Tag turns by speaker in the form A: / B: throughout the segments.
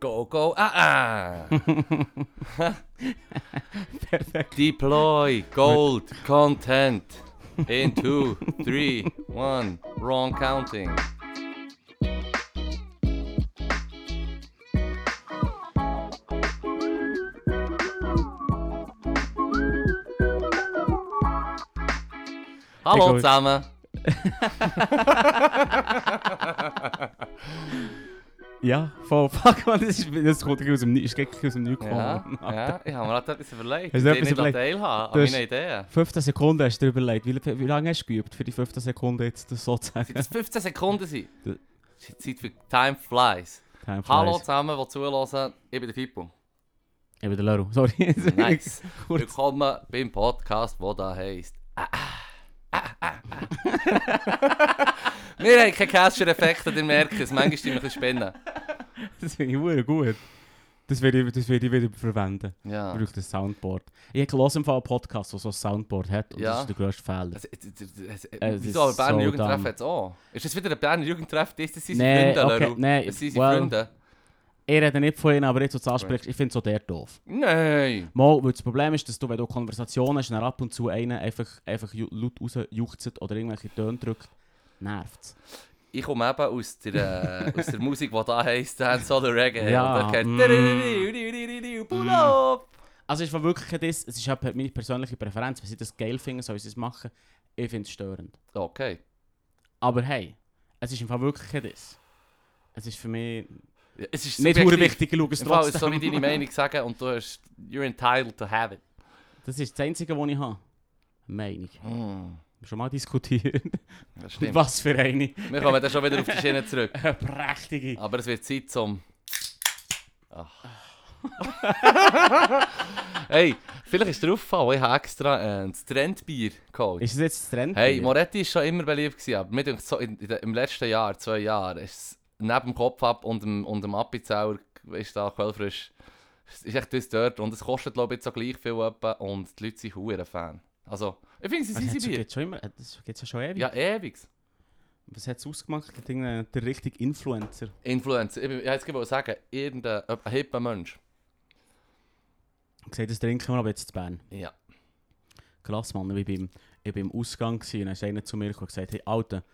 A: Go, go, ah, ah.
B: Perfekt.
A: Deploy gold content in two, three, one. Wrong counting.
B: Ik
A: Hallo
B: hoor-
A: samen.
B: Ja, voll. Fuck, man, das, ist, das kommt gleich aus dem, Nie- ist gleich aus dem Nichts
A: Ja,
B: gekommen.
A: ja, ich habe mir gerade etwas überlegt.
B: Hast
A: Ich
B: du
A: will
B: etwas
A: nicht
B: überlegt?
A: teilhaben an
B: Du hast-
A: meinen Ideen.
B: 15 Sekunden hast du dir überlegt. Wie, wie lange hast du geübt für die 15 Sekunden jetzt das sozusagen?
A: Sind das 15 Sekunden sind?
B: Ja.
A: Es ist Zeit für Time Flies.
B: Time
A: Hallo
B: flies.
A: zusammen, die zuhören. Ich bin der Fippo.
B: Ich bin der Leru. Sorry.
A: Nice.
B: Kurz.
A: Willkommen beim Podcast, der da heisst. Ah, ah, ah, ah, ah. Wir haben keinen Casher-Effekt, ihr merkt es. Manchmal sind wir ein bisschen spinnen.
B: Das finde ich verdammt gut. Das werde ich, das werde ich wieder verwenden. Ich
A: Ja.
B: brauche das Soundboard. Ich höre im Fall einen Podcast, der so ein Soundboard hat. Und
A: Ja.
B: das ist der grösste Fehler.
A: Es- es- es- es-
B: Es
A: Wieso aber
B: ist
A: Berner
B: so
A: Jugendtreff
B: dumm.
A: hat es auch? Ist das wieder ein Berner Jugendtreff? Das sind seine
B: Nee,
A: Freunde,
B: okay,
A: Leru.
B: nee,
A: Das sind
B: well-
A: seine Freunde.
B: Ich rede nicht von Ihnen, aber jetzt, was du ansprichst, ich finde so der doof.
A: Nein!
B: Mal, weil das Problem ist, dass du, wenn du Konversationen hast, dann ab und zu einen einfach, einfach ju- laut rausjuchzt oder irgendwelche Töne drückt, nervt es.
A: Ich komme eben aus der, äh, aus der Musik, die da heisst Dance All the Reggae.
B: Ja,
A: Und da kennt
B: mm.
A: Pull up!
B: Also es ist wirklich das, es ist eben meine persönliche Präferenz. Wenn sie das geil finden, sollen sie es machen. Ich finde es störend.
A: Okay.
B: Aber hey, es ist im Fall wirklich das. Es ist für mich
A: Ja, Es ist
B: nicht
A: subjektiv.
B: nur wichtig, ich schaue es
A: Im Fall ist so
B: trotzdem.
A: nicht deine Meinung sagen und du hast... You're entitled to have it.
B: Das ist das Einzige, was ich habe. Meinung. Haben wir Schon mal diskutiert.
A: Das stimmt.
B: Was für eine.
A: Wir kommen dann schon wieder auf die Schiene zurück.
B: Eine prächtige.
A: Aber es wird Zeit zum... Ach. hey, vielleicht ist dir aufgefallen, ich habe extra äh, ein Trendbier geholt.
B: Ist es jetzt das Trend?
A: Hey, Moretti war schon immer beliebt, gewesen, aber mir denkt, so in, in, im letzten Jahr, zwei Jahren, ist es neben dem Kopf ab und dem, und dem Appenzeller ist da quellfrisch. Es ist echt das dort und es kostet glaube ich jetzt so gleich viel etwa und die Leute sind hure Fan. Also, ich finde, sie
B: das
A: sind sie Bier.
B: gibt schon immer. Das gibt es ja schon ewig.
A: Ja, ewig.
B: Was hat es ausgemacht? Der, Ding, äh, der richtige Influencer.
A: Influencer. Ich, bin- ich wollte jetzt gerade sagen, irgendein ein hipper Mensch.
B: Ich sehe, das trinken wir aber jetzt zu Bern.
A: Ja.
B: Krass, Mann. Ich war beim, ich bin im Ausgang gewesen, und dann ist einer zu mir gekommen und gesagt: Hey, Alter,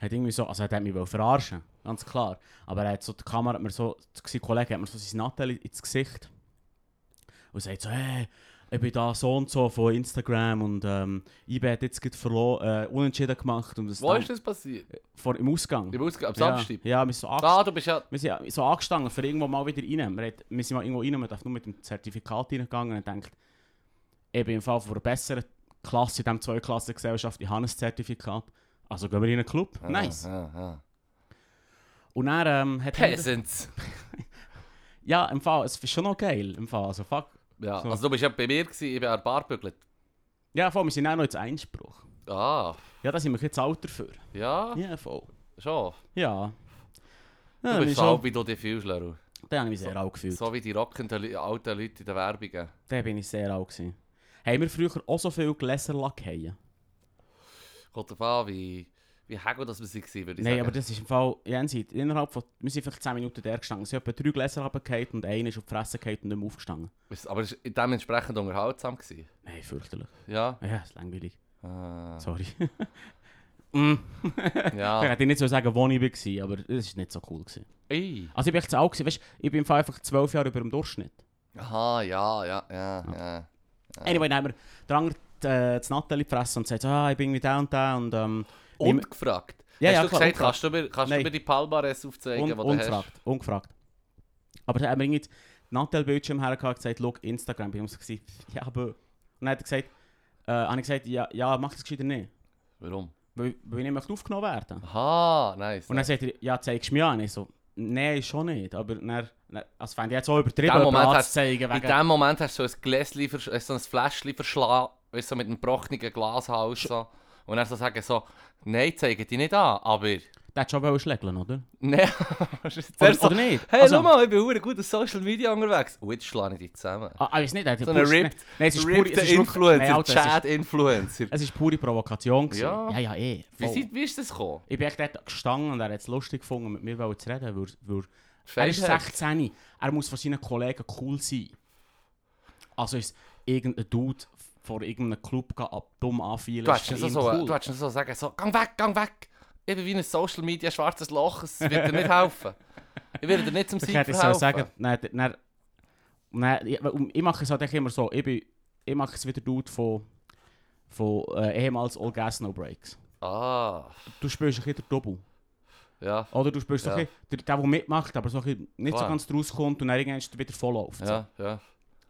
B: hat irgendwie so. Also, er hat mich wollte verarschen. Ganz klar. Aber er hat so die Kamera, hat mir so. Sein Kollege hat mir so sein Nattel ins Gesicht. Und sagt so: Hey, ich bin da so und so von Instagram und ähm, eBay hat jetzt gerade verlo- äh, unentschieden gemacht. Und das
A: Wo ist das passiert?
B: Vor, Im Ausgang.
A: Im Ausgang, am Samstag.
B: Ja, ja wir sind so
A: Ah, du bist ja...
B: wir sind so angestanden, für irgendwo mal wieder rein. Wir, hat, wir sind mal irgendwo rein, man darf nur mit dem Zertifikat reingegangen und denkt, ich bin im Fall von einer besseren Klasse, in dieser Zweiklassengesellschaft, ich habe ein Zertifikat. Also gehen wir in einen Club. Nice.
A: Ah, ah, ah.
B: Und dann ähm, hat er-
A: Peasants.
B: Ja, im Fall, es ist schon noch geil. Im Fall, also fuck.
A: Ja,
B: So.
A: also du bist ja bei mir, gewesen, ich bin an der Bar gebügelt.
B: Ja, voll, wir sind auch noch jetzt Einspruch.
A: Ah,
B: Ja, da sind wir jetzt alt dafür.
A: ja,
B: Ja, voll.
A: schon.
B: Ja.
A: Du
B: ja
A: bist auch wie du dich fühlst, Leru.
B: Da habe ich mich sehr alt gefühlt.
A: So wie die rockenden Leu- alten Leute in den Werbungen.
B: Da bin ich sehr alt gewesen. Haben wir früher auch so viel Gläser lackieren?
A: Kommt drauf an, wie, wie hagel das wir waren, würde ich
B: Nein,
A: sagen.
B: aber das ist im Fall, Jenseits, innerhalb von, wir sind vielleicht 10 Minuten da gestanden. Sie haben etwa drei Gläser runtergefallen und einer ist auf die Fresse gefallen und nicht mehr aufgestanden.
A: Es- aber es war dementsprechend unterhaltsam. Gewesen.
B: Nein, fürchterlich.
A: Ja.
B: Ja, ist langweilig.
A: Äh,
B: Sorry.
A: Ah.
B: mm. Ich
A: ja.
B: hätte nicht so sagen, wo ich war, aber es war nicht so cool. Gewesen.
A: Ei.
B: Also ich bin echt zu alt, gewesen, weißt, du, ich bin im Fall einfach 12 Jahre über dem Durchschnitt.
A: Aha, ja, ja, ja, ja.
B: Anyway, dann haben wir der andere äh, das Nathalie gefressen und sagt, ah, ich bin irgendwie da und da und ähm, nimm-
A: Und gefragt.
B: Ja,
A: hast
B: ja,
A: du
B: klar,
A: gesagt,
B: ungefragt.
A: kannst du mir, kannst du
B: Nein.
A: mir die Palmares aufzeigen,
B: Un
A: die du hast?
B: ungefragt, ungefragt. Aber dann haben wir irgendwie Nattel-Bildschirm hergehauen und gesagt, «Schau, Instagram». Bei uns gesagt, «Ja, aber...» Und dann hat er gesagt, äh, habe ich gesagt, «Ja, ja mach das gescheiter nicht,
A: Warum?
B: weil, weil ich nicht möchte aufgenommen werden.»
A: Aha, nice.
B: Und dann sagt er, «Ja, zeigst du mir an?» Ich so, «Nein, schon nicht, aber dann...» dann- Also fände ich jetzt auch übertrieben,
A: In dem
B: jemanden
A: Moment
B: anzuzeigen
A: in
B: wegen...
A: dem Moment hast du so ein Gläschen, versch- äh, so ein Fläschchen verschlagen, weißt du, so mit einem gebrochenen Glashals. So. Und dann so sagen so, nein, zeige dich nicht an, aber...
B: Der hat schon wollen schlägeln, oder?
A: Nein,
B: Oder, oder nicht?
A: Hey,
B: Also-
A: schau mal, ich bin verdammt gut auf Social Media unterwegs. Und jetzt schlage ich dich zusammen.
B: Ah, ah, ich weiß nicht, er hat
A: So eine
B: Nein,
A: ripped-
B: nein, es ist pure...
A: Ripped
B: Es ist wirklich- nein,
A: Influencer,
B: Alter, es ist-
A: Chat-Influencer.
B: es ist pure Provokation gewesen.
A: Ja.
B: Ja, ja, eh.
A: Wie,
B: voll.
A: sind- wie ist das gekommen?
B: Ich bin echt dort gestanden und er hat es lustig gefunden, mit mir wollte zu reden, weil, weil Er
A: gefällt
B: ist 16. Er muss von seinen Kollegen cool sein. Also ist irgendein Dude vor irgendeinem Club gehen, ab dumm anfielen.
A: Du
B: ist
A: hättest
B: für
A: nicht so,
B: ihn
A: so,
B: cool.
A: du hättest nicht so sagen, so, gang weg, gang weg. Ich bin wie ein Social Media schwarzes Loch, es wird dir nicht helfen. Ich werde dir nicht zum
B: Ich
A: Sieg
B: hätte
A: verhelfen.
B: es so sagen, nein, d- nein, nein, ich, und ich mache es halt echt immer so, ich, bin, ich mache es wieder Dude von, von äh, ehemals All Gas No Breaks.
A: Ah,
B: Du spielst ein bisschen der Double.
A: ja,
B: Oder du spielst
A: Ja.
B: so ein bisschen der, der, der mitmacht, aber so ein bisschen nicht
A: Klar.
B: so ganz draus kommt und dann irgendwann wieder vollläuft.
A: ja, ja.
B: So.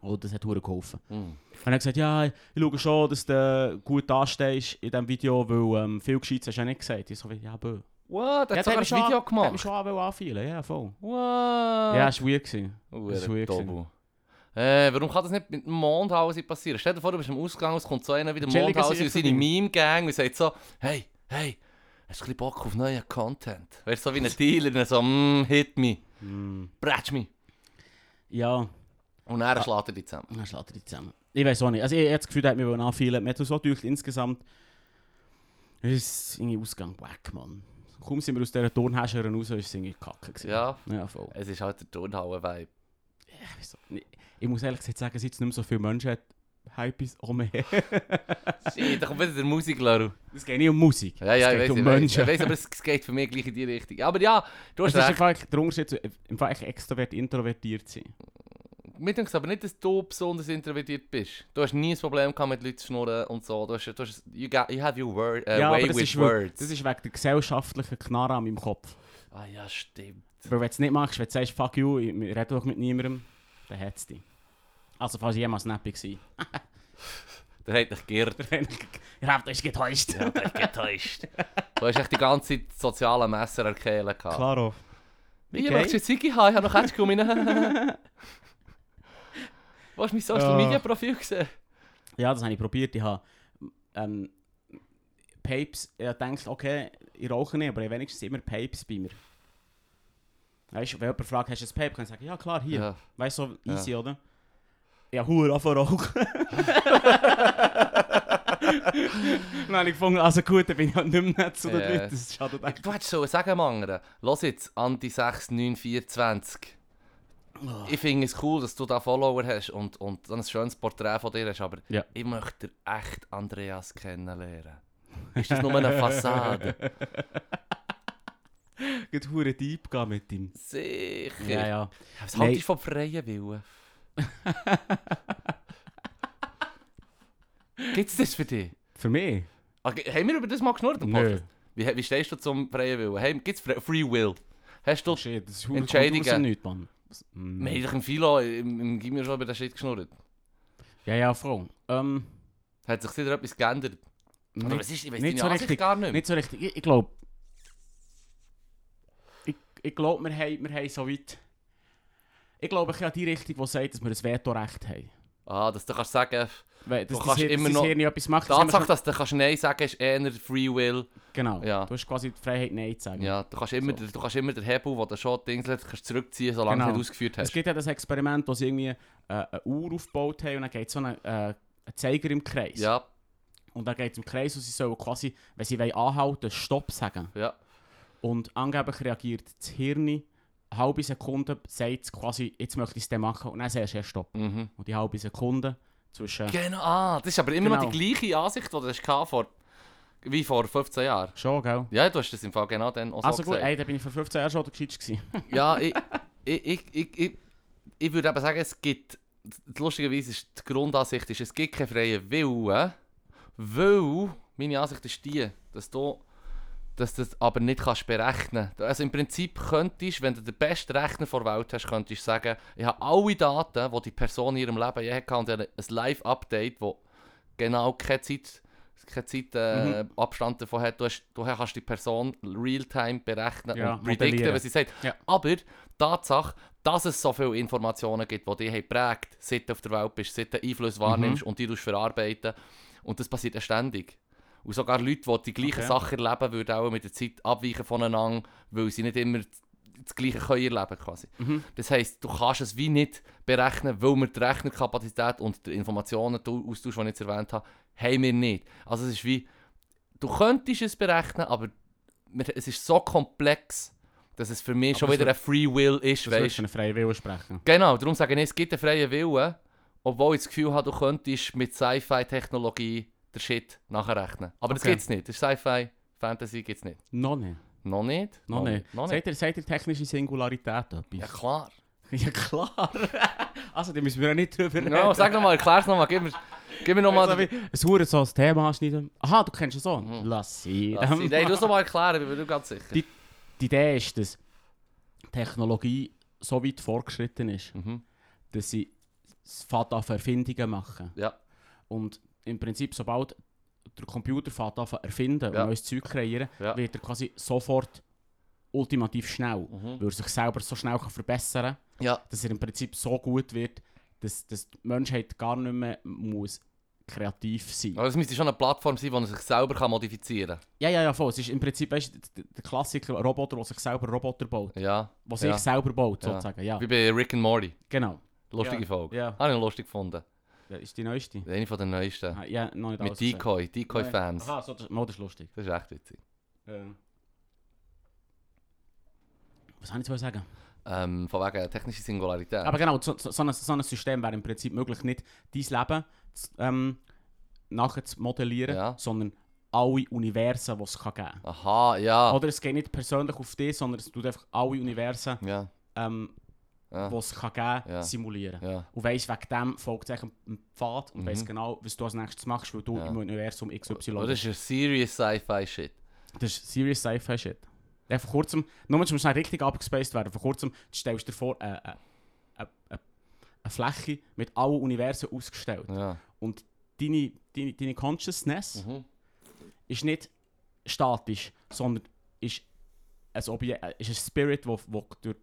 B: Oh, das hat verdammt geholfen.
A: Hm.
B: Dann hat er gesagt, ja, ich schaue schon, dass du gut dastehst in diesem Video, weil ähm, viel Gescheites hast du ja nicht gesagt. Ich so, wie, ja, bö.
A: What? Der
B: ja,
A: hat sogar ein Video
B: Ich mich
A: gemacht. Ah.
B: schon an- wollen anfühlen, ja, voll.
A: What?
B: Ja, es war weird. gewesen. das ist weird
A: Tobu. Äh, warum kann das nicht mit dem Mondhausen passieren? Stell dir vor, du bist am Ausgang und es kommt so einer wie der
B: Chilliger
A: Mondhausen und
B: Sicht von
A: seine
B: ihm.
A: Meme-Gang und sagt so, hey, hey, hast du ein bisschen Bock auf neuen Content? Weißt du, so wie ein Dealer, der so, mm, hit me,
B: Mm.
A: bratsch me.
B: Ja,
A: Und dann schlägt er dich zusammen.
B: dann schlägt er die zusammen. Ich weiß auch nicht. Also, ich ich hab das Gefühl, der hat mich wollen anfühlen. Mir hat so gedacht, insgesamt ist irgendwie Ausgang weg, Mann. Kaum sind wir aus dieser Turnhäschere raus, ist es irgendwie kacke gewesen.
A: Ja,
B: Ja, voll.
A: es ist halt der Turnhauen-Vibe.
B: Ich weiss auch nicht. Ich muss ehrlich gesagt sagen, seit es nicht mehr so viele Menschen hat, Hype ist auch mehr.
A: Shit, da kommt wieder der Musiklehrer.
B: Es geht nicht um Musik.
A: Ja, ja,
B: es
A: ich weiß,
B: geht um
A: ich weiss,
B: Menschen.
A: ich weiss, aber es geht für mich gleich in die Richtung. Aber ja, du
B: Das
A: hast
B: ist
A: recht.
B: einfach der Unterschied zu im Fall echt extrovert introvertiert sein.
A: Mir denkt aber nicht, dass du besonders introvertiert bist. Du hast nie ein Problem gehabt mit Leuten zu schnurren und so. Du hast, du hast, you, got, you have your word, äh,
B: ja,
A: way
B: das
A: with
B: ist, weil-
A: words.
B: das ist wegen der gesellschaftlichen Knarre an meinem Kopf.
A: ah ja, stimmt.
B: Weil wenn du es nicht machst, wenn du sagst fuck you, ich ich rede doch mit niemandem, dann hat es dich. Also falls ich jemals snappy war.
A: Der hat dich geirrt.
B: Ihr habt euch getäuscht.
A: Der hat dich getäuscht. du hast echt die ganze Zeit soziale Messer erkehlen gehabt.
B: Klaro.
A: Ich möchte jetzt Ziggy haben, ich habe noch eins gekommen. Wo hast du mein Social
B: Ah.
A: Media Profil gesehen?
B: Ja, das habe ich probiert. Ich habe ähm, Papes, ich habe gedacht, okay, ich rauche nicht, aber ich habe wenigstens immer Papes bei mir. Weißt du, wenn jemand fragt, hast du ein Pape, kann ich sagen, ja klar, hier.
A: Ja.
B: Weißt du, so
A: Ja.
B: easy, oder? Ja, Huren auf rauchen. Nein, ich gefunden, also gut, dann bin ich halt nicht mehr nett zu den
A: Ja.
B: Leuten, das schadet eigentlich.
A: Du hättest schon sagen Mangere. Los jetzt, Anti6924.
B: Ah.
A: Ich finde es cool, dass du da Follower hast und, und dann ein schönes Porträt von dir hast, aber
B: Ja.
A: ich möchte dir echt Andreas kennenlernen. Ist das nur eine Fassade?
B: Geht Huren deep gehen mit ihm.
A: Sicher.
B: Ja, ja.
A: Was
B: Nein.
A: haltest du vom freien Willen? Gibt es das für dich?
B: Für mich?
A: Ah, ge- Haben wir über das mal geschnurrt im
B: Nö.
A: Podcast? Wie, wie stehst du zum freien Willen? Hey, Gibt es Free Will? Hast du...
B: Oh, Shit, dus das ist
A: Entscheidungen.
B: Entscheidungen. Nicht, Mann. Mm.
A: Wir haben doch im Philo, im, im Gimmer schon über den Shit geschnurrt.
B: Ja, ja, Frau. Ähm,
A: Hat sich wieder etwas geändert? Oder was
B: nicht,
A: ist, ich weiß
B: nicht
A: deine
B: so
A: Ansicht
B: richtig.
A: gar nicht mehr.
B: nicht so richtig. Ich, ich glaube. Ich, ich glaube, wir haben, wir haben so weit. Ich glaube, ich habe die Richtung, die sagt, dass wir ein Vetorecht haben.
A: Ah, dass du kannst sagen,
B: Weil, dass
A: Du
B: das
A: kannst
B: Hirn,
A: immer
B: dass das
A: noch-
B: Hirn etwas
A: die
B: macht. dass
A: Tatsache,
B: immer-
A: dass du kannst Nein sagen kannst, ist eher Free Will.
B: genau.
A: Ja.
B: Du hast quasi die Freiheit, Nein zu sagen.
A: Ja, du kannst immer,
B: So.
A: den- du kannst immer den Hebel, den du schon Dings hast, kannst zurückziehen, solange
B: Genau.
A: du es nicht ausgeführt
B: Es
A: hast.
B: gibt ja das Experiment, wo sie irgendwie äh, eine Uhr aufgebaut haben und dann geht so ein äh, ein Zeiger im Kreis.
A: Ja,
B: Und dann geht es im Kreis und sie sollen quasi, wenn sie wollen, anhalten, Stopp sagen.
A: ja.
B: Und angeblich reagiert das Hirn eine halbe Sekunde, sagt es quasi, jetzt möchte ich es dann machen und dann sagst du erst Stopp.
A: Mhm.
B: Und die halbe Sekunde zwischen.
A: Genau, ah, das ist aber immer noch
B: Genau.
A: die gleiche Ansicht, die du hast gehabt vor, wie vor 15 Jahren.
B: Schon, gell?
A: Ja, du hast das im Fall genau dann auch so
B: Also gut,
A: gesagt.
B: ey, da bin ich vor 15 Jahren schon der Gescheitste gewesen.
A: Ja, ich, ich, ich, ich, ich, ich würde eben sagen, es gibt, lustigerweise ist die Grundansicht, ist, es gibt keinen freien Willen, weil, meine Ansicht ist die, dass du dass du das aber nicht kannst berechnen kannst. Also im Prinzip könntest, wenn du den besten Rechner der Welt hast, könntest du sagen, ich habe alle Daten, die die Person in ihrem Leben je hatte und ich habe ein Live-Update, wo genau keine Zeit, keinen Zeit, äh,
B: Mhm.
A: Abstand davon hat. Du, hast, du kannst die Person real-time berechnen
B: Ja,
A: und predikten,
B: modellieren.
A: was sie sagt.
B: Ja.
A: Aber die Tatsache, dass es so viele Informationen gibt, die dich haben prägt, seit du auf der Welt bist, seit du Einfluss wahrnimmst
B: Mhm.
A: und die du verarbeiten und das passiert ja ständig. Und sogar Leute, die die gleichen
B: Okay.
A: Sachen erleben, würden auch mit der Zeit abweichen voneinander, weil sie nicht immer das Gleiche können erleben quasi.
B: Mhm.
A: Das heisst, du kannst es wie nicht berechnen, weil wir die Rechnerkapazität und den Informationen-Austausch, den ich jetzt erwähnt habe, haben wir nicht. Also es ist wie, du könntest es berechnen, aber wir- es ist so komplex, dass es für mich schon
B: Aber es
A: wieder ein
B: wird-
A: Free Will ist,
B: Das würde
A: weißt
B: von einem freien Willen sprechen.
A: Genau, darum sage ich, es gibt einen freien Willen, obwohl ich das Gefühl habe, du könntest mit Sci-Fi-Technologie den Shit nachrechnen. Aber das
B: Okay.
A: gibt es nicht. Das ist Sci-Fi, Fantasy gibt es nicht.
B: Noch nicht.
A: Noch nicht?
B: Noch nicht.
A: Noch nicht.
B: Seid ihr, seid ihr technische Singularität etwas?
A: Ja, klar.
B: Ja, klar. also, da müssen wir ja nicht drüber reden.
A: No, Genau, sag nochmal, erklär's nochmal, gib mir, gib mir
B: Also,
A: nochmal.
B: wie- ein Hure so ein Thema anschneiden. Aha, du kennst es so. Lass sie.
A: Mhm. Nein, du es nochmal erklären, ich bin mir ganz sicher.
B: Die- Die Idee ist, dass Technologie so weit fortgeschritten ist,
A: Mhm.
B: dass sie es fährt an Erfindungen machen.
A: Ja,
B: Und im Prinzip, sobald der Computer fährt an erfinden
A: Ja.
B: und neues Zeug kreieren,
A: ja.
B: wird er quasi sofort ultimativ schnell.
A: Mhm.
B: Weil er sich selber so schnell kann verbessern kann,
A: Ja,
B: dass er im Prinzip so gut wird, dass, dass die Menschheit gar nicht mehr muss kreativ sein
A: aber es müsste schon eine Plattform sein, wo man sich selber kann modifizieren
B: Ja, ja, ja, voll. Es ist im Prinzip weißt, du, der- der Klassiker Roboter, der sich selber Roboter baut.
A: kann. Ja,
B: Was
A: Ja.
B: sich selber baut,
A: Ja.
B: sozusagen. Ja,
A: wie bei Rick and Morty.
B: genau.
A: Lustige
B: Ja.
A: Folge.
B: Ja.
A: Habe ich noch lustig gefunden.
B: ja, ist die neueste.
A: Eine von den neuesten.
B: Ah, Ja, noch nicht alles
A: Mit
B: gesehen.
A: Decoy, Decoy-Fans.
B: Aha, so, das, mal, das ist lustig. Ähm.
A: Das ist echt witzig.
B: Was kann ich jetzt sagen?
A: Ähm, von wegen technische Singularität.
B: Aber genau, so, so, so, ein, so ein System wäre im Prinzip möglich, nicht dein Leben zu, ähm, nachher zu modellieren,
A: Ja.
B: sondern alle Universen, die es kann geben kann.
A: Aha, ja.
B: Oder es geht nicht persönlich auf dich, sondern es tut einfach alle Universen,
A: ja.
B: ähm,
A: Ja.
B: die es kann geben kann,
A: Ja.
B: simulieren.
A: Ja.
B: Und weiss, wegen dem folgt sich ein Pfad und
A: Mhm.
B: weiss genau, was du als nächstes machst, weil du
A: Ja.
B: im Universum XY
A: Oh, das
B: bist.
A: ist ein serious Sci-Fi-Shit.
B: Das ist serious Sci-Fi-Shit. Ja, vor kurzem, nur musst du schnell richtig abgespaced werden, vor kurzem stellst du dir vor, äh, äh, äh, äh, eine Fläche mit allen Universen ausgestellt.
A: Ja.
B: Und deine, deine, deine Consciousness
A: Mhm.
B: ist nicht statisch, sondern ist ein, Objekt, äh, ist ein Spirit, das durch,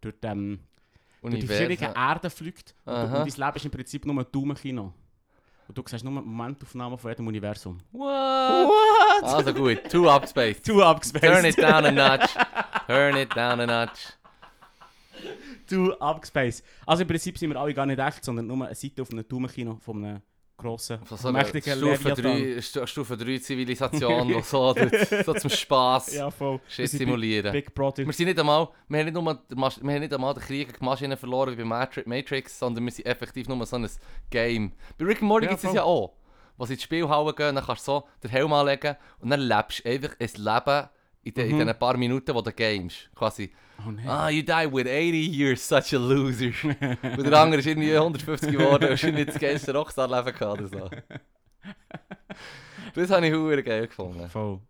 B: durch, ähm, durch die verschiedenen Erden fliegt. Und, du- und
A: Aha.
B: dein Leben ist im Prinzip nur ein Daumenkino. Und du siehst nur eine Momentaufnahme von jedem Universum.
A: What?
B: What?
A: Also gut, too upspaced.
B: Too
A: Turn it
B: abgespaced.
A: down a notch. Turn it down a notch.
B: Too abgespaced. Also im Prinzip sind wir alle gar nicht echt, sondern nur eine Seite auf einem Daumenkino von einem grossen,
A: Von so einer
B: mächtigen
A: Stufe
B: Leviathan.
A: 3, Stu- Stufe 3 Zivilisation, die so, tut- so zum Spass
B: Ja, voll. Wir
A: Shit
B: sind
A: simulieren.
B: Big Brother.
A: Wir sind nicht einmal, wir haben nicht, nur die Masch- wir haben nicht einmal den Krieg gegen die Maschinen verloren wie bei Matri- Matrix, sondern wir sind effektiv nur so ein Game. Bei Rick and Morty
B: Ja,
A: gibt es es
B: voll.
A: ja auch. Wo sie in die Spielhalle gehen, dann kannst du so den Helm anlegen und dann lebst du einfach ein Leben in, de, in den paar Minuten, wo du gamest. Quasi,
B: Oh nein.
A: ah, you died with 80, you're such a loser. und der andere ist irgendwie 150 geworden und wahrscheinlich das geilste Rockstar-Leben gehabt oder so. Das habe ich hure geil gefunden.
B: Voll.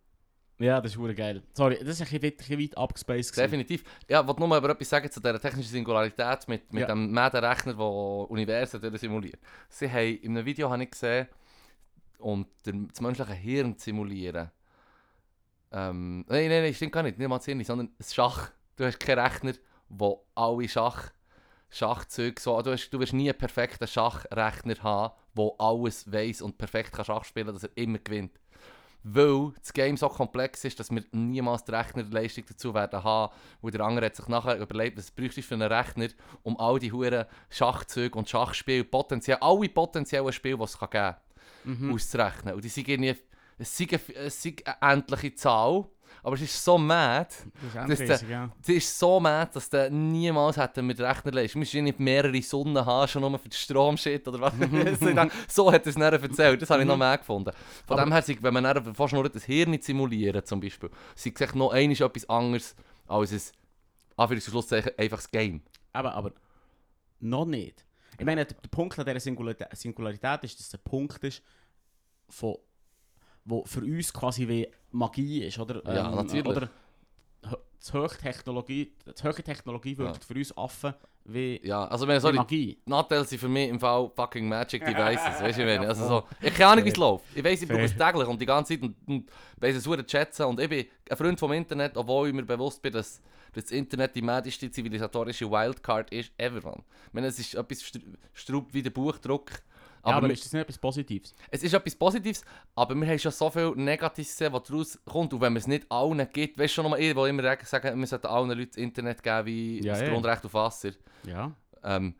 B: Ja, das ist hure geil. Sorry, das ist ein bisschen weit, ein bisschen weit abgespaced. gewesen.
A: Definitiv. Ja, ich wollte nur aber etwas sagen zu dieser technischen Singularität mit, mit
B: Ja.
A: dem Mädenrechner, der Universen durch simuliert. Sie haben, in einem Video habe ich gesehen, um den, das menschliche Hirn zu simulieren. Ähm, nein, nein, nein, stimmt gar nicht. Nicht mal das Hirn, sondern das Schach. Du hast keinen Rechner, wo alle Schach, Schachzüge so... Du, hast, du wirst nie einen perfekten Schachrechner haben, der alles weiß und perfekt kann Schach spielen dass er immer gewinnt. Weil das Game so komplex ist, dass wir niemals die Rechnerleistung dazu werden haben. Und der andere hat sich nachher überlegt, was bräuchte ich für einen Rechner, um all die huren Schachzüge und Schachspiele, potenziell, alle potenziellen Spiele, die es kann geben
B: Mhm.
A: auszurechnen. Und die sind irgendwie, es sind es sei eine endliche Zahl, aber es ist so mad,
B: Das ist auch
A: Das-
B: riesig, ja.
A: es ist so mad, dass du niemals hätte mit Rechner leisten. Du musst nicht mehrere Sonnen haben, schon nur für den Stromshit oder was. So, ich dachte, so hat er es dann erzählt, das habe ich noch mehr gefunden. Von
B: Aber-
A: dem her, sei- wenn man dann fast nur das Hirn simulieren zum Beispiel, sie gesagt, noch einmal etwas anderes als ein, Anführungs- und Schlusszeichen, einfaches Game.
B: Aber, aber noch nicht. Ich meine, der, der Punkt an dieser Singularita- Singularität ist, dass es ein dus Punkt ist, von, wo für uns quasi wie Magie Ehm, ist, oder?
A: Ja, natürlich.
B: Oder hö- das hohe Technologie, das hohe Technologie wirkt für uns Affen wie,
A: Ja, also wenn
B: wie
A: sorry,
B: eh, Magie.
A: Nachteile sind für mich im Fall fucking Magic Devices, weißt du, ich meine? Also so, ich keine Ahnung, wie es läuft. Ich weiß, ich brauche es täglich und die ganze Zeit und, und weiss es verdammt zu schätzen. Und ich bin ein Freund vom Internet, obwohl ich mir bewusst bin, dass, dass das Internet die mädigste zivilisatorische Wildcard ist ever, man. Ich meine, es ist etwas str- strub wie der Buchdruck.
B: Ja,
A: Aber,
B: aber
A: wir-
B: ist das nicht etwas Positives?
A: es ist etwas Positives, aber wir haben schon so viel Negatives gesehen, was daraus kommt. Und wenn man es nicht allen gibt, weißt du schon nochmal, ich will immer sagen, wir sollten allen Leuten das Internet geben wie
B: Ja,
A: das
B: ja.
A: Ähm, Grundrecht auf Wasser.
B: Ja.
A: Ähm,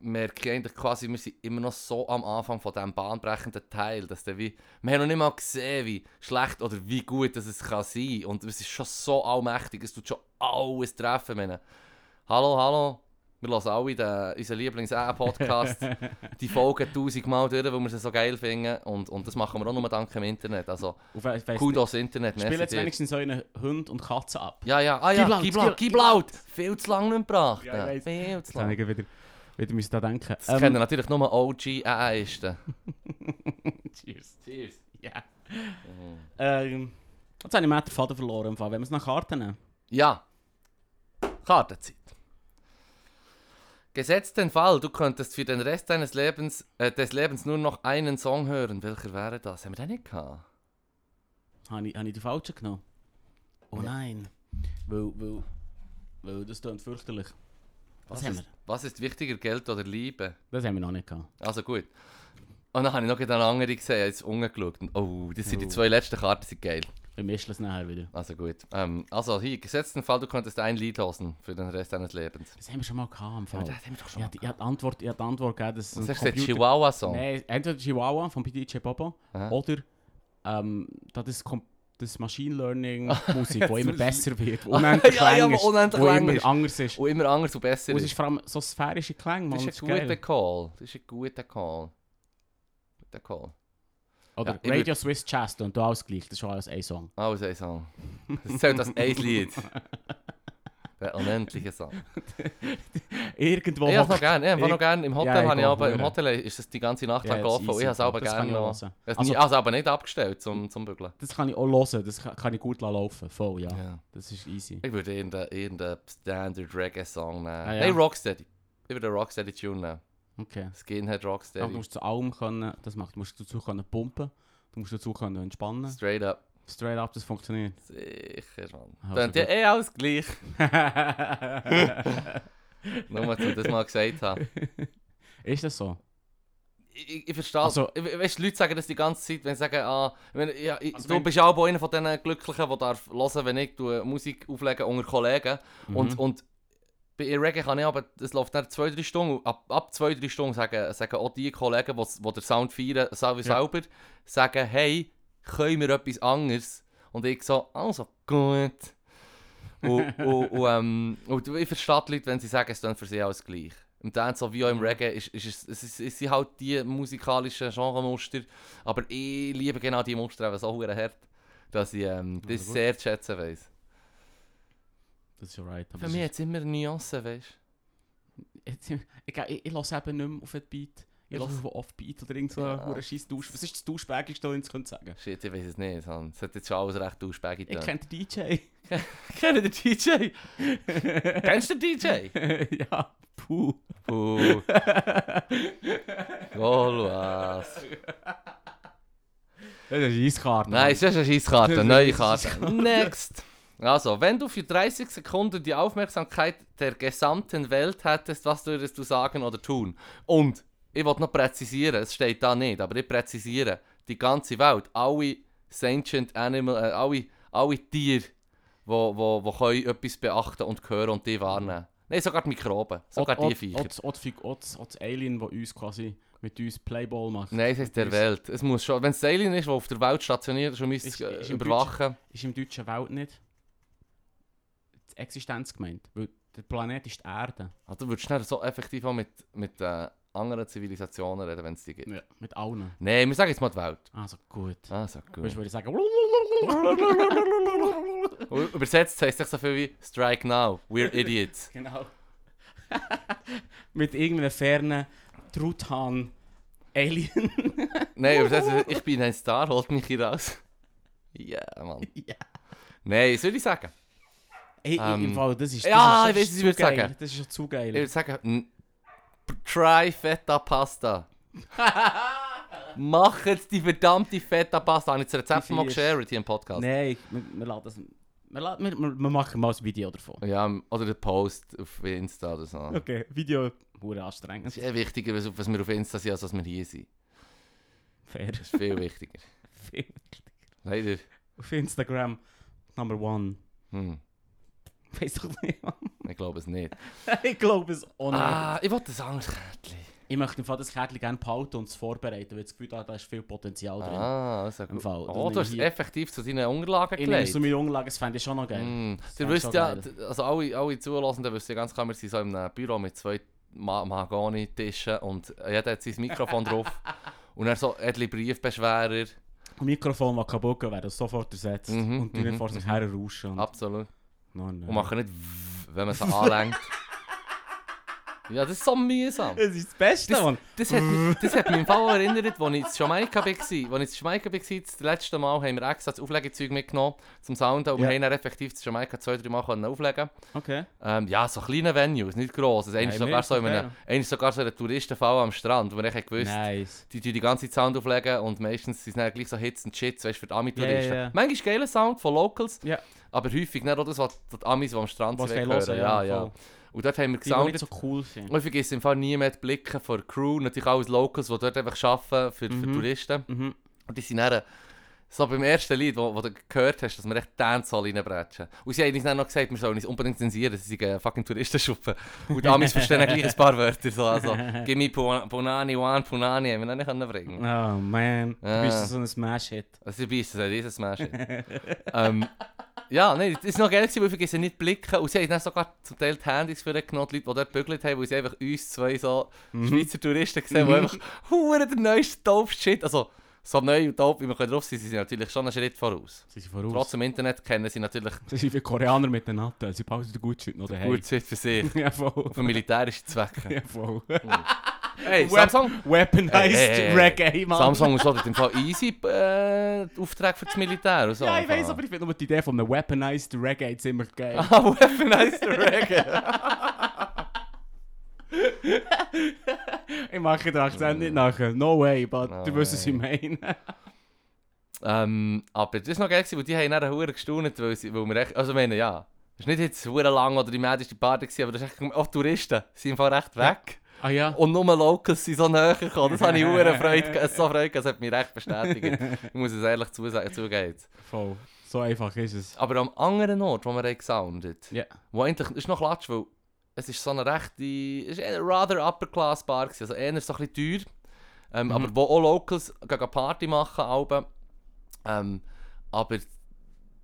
A: merke ich eigentlich quasi, wir sind immer noch so am Anfang von diesem bahnbrechenden Teil, dass der wie, wir haben noch nicht mal gesehen, wie schlecht oder wie gut das es kann sein und es ist schon so allmächtig, es tut schon alles treffen. Ich meine, hallo, hallo, wir hören alle den, unseren Lieblings-Podcast die Folgen tausendmal durch, weil wir sie so geil finden und, und das machen wir auch nur dank dem Internet, also
B: Auf, ich weiss nicht,
A: Kudos Internet,
B: spiel
A: merci
B: jetzt
A: dir.
B: wenigstens euren Hund und Katze ab.
A: Ja, ja, ah
B: Gib
A: ja,
B: laut,
A: gib
B: gib-
A: laut, gib
B: gib
A: laut! Viel zu lange nicht gebracht.
B: Ja, ich weiss.
A: Viel zu
B: Jetzt habe
A: lange.
B: ich wieder, wieder müssen da denken. Ähm,
A: Das kennen natürlich nur äh, OG-Äisten.
B: cheers.
A: Cheers.
B: Ja. Ähm, jetzt habe ich mir den Faden verloren, im Fall, wenn wir es nach Karten nehmen.
A: Ja. Kartenzeit. Gesetzt den Fall, du könntest für den Rest deines Lebens, äh, des Lebens nur noch einen Song hören. Welcher wäre das? Haben wir den nicht gehabt?
B: Habe ich, habe ich die falschen genommen? Oh
A: Ja.
B: nein. Weil, weil, weil das klingt fürchterlich. Was, haben wir?
A: ist, was ist wichtiger, Geld oder Liebe?
B: Das haben wir noch nicht gehabt.
A: Also gut. Und dann habe ich noch eine andere gesehen, jetzt umgeschaut. Und, oh, das sind die
B: Oh.
A: zwei letzten Karten, sind geil.
B: Wir mischen es nachher wieder.
A: Also gut. Ähm, also hier, gesetzt den Fall, du könntest ein Lied hören für den Rest deines Lebens.
B: Das haben wir schon mal gehabt, im Fall.
A: das haben wir doch schon
B: ich
A: mal
B: hatte, ich hatte die Antwort, ich hatte die Antwort gegeben, dass
A: Was hast
B: ein
A: du gesagt?
B: Computer-
A: Chihuahua-Song?
B: Nein, entweder Chihuahua von DJ Bobo
A: Aha.
B: oder ähm, das, ist kom- das Machine Learning Musik, wo immer besser wird, wo unendlich
A: Ja, ja,
B: lang
A: wo
B: ist,
A: unendlich
B: wo
A: lang
B: immer
A: ist.
B: anders ist.
A: Und Oh, immer anders und besser
B: Und es
A: ist.
B: ist vor allem so sphärische Klänge, Mann.
A: Das
B: das
A: ist ein
B: geil.
A: guter Call. Das ist ein guter Call. Guter Call.
B: Oder
A: Ja, ich
B: Radio Swiss Chest und du alles gleich, das ist schon alles ein Song.
A: Also ein Song. Das zählt als ein Lied. Der unendliche Song.
B: Irgendwo
A: Ich habe
B: hockt-
A: noch gerne. Ich habe
B: Ich-
A: noch gerne. Im Hotel,
B: Ja, ich
A: habe ich
B: auch
A: aber, im
B: hören.
A: Hotel ist das die ganze Nacht
B: Ja,
A: lang
B: jetzt
A: gelaufen. und
B: easy.
A: Ich habe es aber
B: Das
A: gerne
B: kann ich
A: noch.
B: hören.
A: Also,
B: Also-
A: also aber nicht abgestellt zum, zum Bügeln.
B: Das kann ich auch hören, das kann, kann ich gut laufen, voll, ja.
A: Ja.
B: Das ist easy.
A: Ich würde irgendeinen irgendein Standard Reggae-Song nehmen.
B: Ah, ja.
A: Nein, Rocksteady. Ich würde einen Rocksteady-Tune nehmen.
B: Okay.
A: Skinhead
B: Aber du
A: Rocksteady.
B: musst zu allem können, das macht, du musst dazu können pumpen, du musst dazu können entspannen.
A: Straight up.
B: Straight up, das funktioniert.
A: Sicher, Mann.
B: Also
A: Tönt ja
B: gut.
A: eh alles gleich. Nur, dass ich das mal gesagt habe.
B: ist das so?
A: ich, ich- ich verstehe
B: Also-
A: es. Ich- Weißt du, Leute sagen das die ganze Zeit, wenn sie sagen, ah, ich meine, ja, ich,
B: Also
A: du
B: wenn-
A: bist auch einer von diesen Glücklichen, die darf hören, wenn ich tue, Musik auflege unter Kollegen.
B: Mhm.
A: Und, und bei Reggae kann ich aber, es läuft nach zwei, drei Stunden, und ab, ab zwei, drei Stunden sagen, sagen auch die Kollegen, die, die den Sound feiern, selber,
B: Ja.
A: selber, sagen, hey, können wir etwas anderes? Und ich so, also gut. und, und, und, ähm, und ich verstehe die Leute, wenn sie sagen, es klingt für sie alles gleich. Im Dance wie
B: Mhm.
A: auch im Reggae ist, ist, es- es, es, es sind halt die musikalischen Genremuster, aber ich liebe genau die Muster eben so verdammt hart, dass ich ähm, das
B: gut.
A: sehr zu schätzen weiss.
B: Das ist alright. aber
A: Für
B: das
A: mich
B: ist-
A: hat es immer Nuancen, weißt du.
B: Jetzt, ich ich, ich lasse eben nicht mehr auf den Beat. Ich
A: Ja.
B: lasse auf den Offbeat oder irgend so
A: Ja.
B: einen scheiß Dusch. Was ist das Duschbägigste, was ich könnte sagen?
A: Shit, ich weiß es nicht, Hans. Es hat jetzt schon alles recht ausspägig
B: Ich
A: getan.
B: kenne den DJ.
A: kenne den DJ! Kennst du den DJ?
B: ja, puh.
A: Puh. Goal, was.
B: Das ist Eiskarte.
A: Nein, es ist eine Scheisskarte,
B: Das
A: neue
B: ist eine
A: Karte. Next! Also, wenn du für 30 Sekunden die Aufmerksamkeit der gesamten Welt hättest, was würdest du sagen oder tun? Und, ich wollte noch präzisieren, es steht da nicht, aber ich präzisiere, die ganze Welt, alle sentient Animal, äh, alle, alle Tiere, wo, wo, wo können etwas beachten und hören und die wahrnehmen. Nein, sogar die Mikroben, sogar die Viecher.
B: das Alien, das uns quasi mit uns Playball macht.
A: Nein, es ist der Welt. Es muss schon, wenn es ein Alien ist, der auf der Welt stationiert ist und müsste es
B: Ist- ist
A: äh,
B: im
A: überwachen.
B: Ist im deutschen Welt nicht die Existenz gemeint. Weil der Planet ist die Erde.
A: Also, du würdest schnell so effektiv auch mit, mit äh, anderen Zivilisationen reden, wenn es die gibt.
B: Mit allen.
A: Nein, wir sagen jetzt mal die Welt.
B: Also gut.
A: Also
B: Weißt
A: gut.
B: du, würde ich sagen.
A: Und Übersetzt heisst das so viel wie Strike now, we're idiots.
B: Genau. Mit irgendeinem fernen Truthahn Alien.
A: Nein, übersetzt heisst es, ich bin ein Star, holt mich hier raus. Ja, yeah, Mann.
B: Ja.
A: Nein, was würde ich sagen?
B: Ey,
A: Ähm,
B: im Fall, das ist
A: ja,
B: das
A: ich
B: ist,
A: weiß, was ich
B: das ist
A: würd
B: zu geil.
A: sagen.
B: Das ist schon zu
A: Ich würde
B: geil.
A: sagen, n- try Feta Pasta. Mach jetzt die verdammte Feta Pasta. Habe ich das Rezept
B: Die
A: mal
B: Viecher.
A: geshared hier im Podcast?
B: Nein, wir, wir lassen das. Wir, lassen, wir, wir, wir machen mal ein Video davon.
A: Ja, oder der Post auf Insta oder so.
B: Okay, Video. Hure anstrengend.
A: Es ist eh wichtiger, was was wir auf Insta sind, als was wir hier sind.
B: Fair.
A: Das ist viel wichtiger.
B: Fair.
A: Leider.
B: Auf Instagram, Number One.
A: Hm.
B: Weiß doch nicht. Mann.
A: Ich glaube es nicht.
B: ich glaube es auch nicht.
A: Ah, ich wollte ein anderes Kärtchen.
B: Ich möchte im Fall das Kärtchen gerne behalten und es vorbereiten, weil ich das Gefühl habe, da ist viel Potenzial drin.
A: Ah, also gut.
B: Fall, das
A: Oh, du
B: nehme ich
A: hast es
B: hier.
A: effektiv zu deinen Unterlagen
B: Ich nehme
A: gelegt.
B: so meine Unterlagen, das fände ich schon noch geil.
A: Mm. Ihr
B: wär
A: wisst
B: schon
A: ja,
B: geil.
A: d- also alle, alle Zuhörenden wissen ja ganz klar, wir sind so in einem Büro mit zwei Ma Mahagoni-Tischen und jeder hat sein Mikrofon drauf. Und dann so etliche Briefbeschwerer.
B: Ein Mikrofon, das kaputt geht, das sofort ersetzt.
A: Mhm,
B: und die nicht
A: mhm,
B: vor sich her rauschen. Und,
A: Absolut.
B: Nein, nein.
A: Und machen nicht, wenn man sie anlenkt. Ja, das ist so mühsam.
B: Das ist das Beste,
A: Das-
B: Mann.
A: Das hat, mich- das hat mich im Fall auch erinnert, als ich in Jamaika war. Als ich in Jamaika war, das letzte Mal haben wir extra das Auflegezeug mitgenommen zum Sounden und wir
B: Ja.
A: haben dann effektiv in Jamaika zwei, drei Mal können auflegen
B: Okay.
A: ähm, Ja, so kleine Venues, nicht gross. Also, eines
B: Nein,
A: sogar
B: mir ist
A: so in
B: okay,
A: einem,
B: ja.
A: eines sogar so in einer Touristenfall am Strand, wo ich echt gewusst
B: Nice.
A: die tun die ganze Zeit Sound auflegen und meistens sind es dann gleich so Hits und Shits, weißt du, für die Ami-Touristen.
B: Ja, ja, ja.
A: Manchmal geiler Sound von Locals,
B: Ja.
A: aber häufig nicht auch das, was die Amis, die am Strand
B: Was
A: sind,
B: wollen
A: hören.
B: hören,
A: Ja,
B: ja,
A: ja.
B: voll.
A: Und dort haben wir
B: Die, die
A: gesoundet.
B: nicht so cool sind.
A: Und ich vergesse im Fall nie mehr die Blicke von der Crew, natürlich auch als Locals, die dort einfach arbeiten für, für
B: Mhm.
A: Touristen.
B: Mhm.
A: Und die sind dann so beim ersten Lied, wo, wo du gehört hast, dass wir echt Dancehall reinbrechen. Und sie haben uns dann noch gesagt, wir sollen uns unbedingt zensieren, sie sind ein fucking Touristenschuppen. Und die Amis verstehen dann gleich ein paar Wörter. So, also, «Give me Pun- Punani, one Punani», haben wir dann nicht können bringen
B: Oh man, du
A: Ah.
B: bist so ein Smash-Hit.
A: Also dabei ist das ein riesen Smash. ähm, ja, nein, das war noch geil, gewesen, weil wir vergessen nicht blicken. Und sie haben dann sogar zum Teil die Handys für genommen, die Leute, die dort gebügelt haben, weil sie einfach uns zwei so
B: Mhm.
A: Schweizer Touristen gesehen haben, die einfach «Hure, der neueste Dope-Shit!» Also, so neu und dope, wie wir können drauf sind, sie sind natürlich schon einen Schritt voraus.
B: Sie sind voraus.
A: Trotz dem Internet kennen sie natürlich
B: Das sind wie Koreaner mit den Natteln. Sie behalten den Gutschütt noch daheim.
A: gut Zeit für sich,
B: Ja, voll.
A: für militärische Zwecke.
B: Ja, voll.
A: Hey,
B: Web-
A: Samsung!
B: Weaponized
A: Hey, hey, hey.
B: Reggae, Mann.
A: Samsung und so hat im Fall easy äh, Auftrag für das Militär und so.
B: Ja, ich weiß, aber ich finde nur die Idee von einem Weaponized Reggae ziemlich geil.
A: Ah, weaponized Reggae!
B: Ich mache den Akzent nicht nachher. No way, but
A: No
B: du wirst es
A: way.
B: im Main.
A: Ähm, aber das war noch geil, gewesen, weil die haben dann hure gestaunt, weil, sie, weil wir echt, also ich meine, ja, es war nicht jetzt hure lang oder die mädeste Party, gewesen, aber das ist echt, auch die Touristen sind im Fall recht weg.
B: Ah ja.
A: Und nur Locals sind so näher gekommen, das habe ich hure Freude, ge- so Freude gehabt, das hat mich recht bestätigt. ich muss es ehrlich zusagen, zugeben.
B: Voll. So einfach ist es.
A: Aber am anderen Ort, wo wir haben gesoundet,
B: Ja.
A: wo eigentlich, das ist noch klatsch, weil es ist so eine rechte, es ist eher rather upper class Bar, gewesen, also eher so ein bisschen teuer, ähm,
B: Mhm.
A: aber wo auch Locals gehen Party machen, Alben. Ähm, aber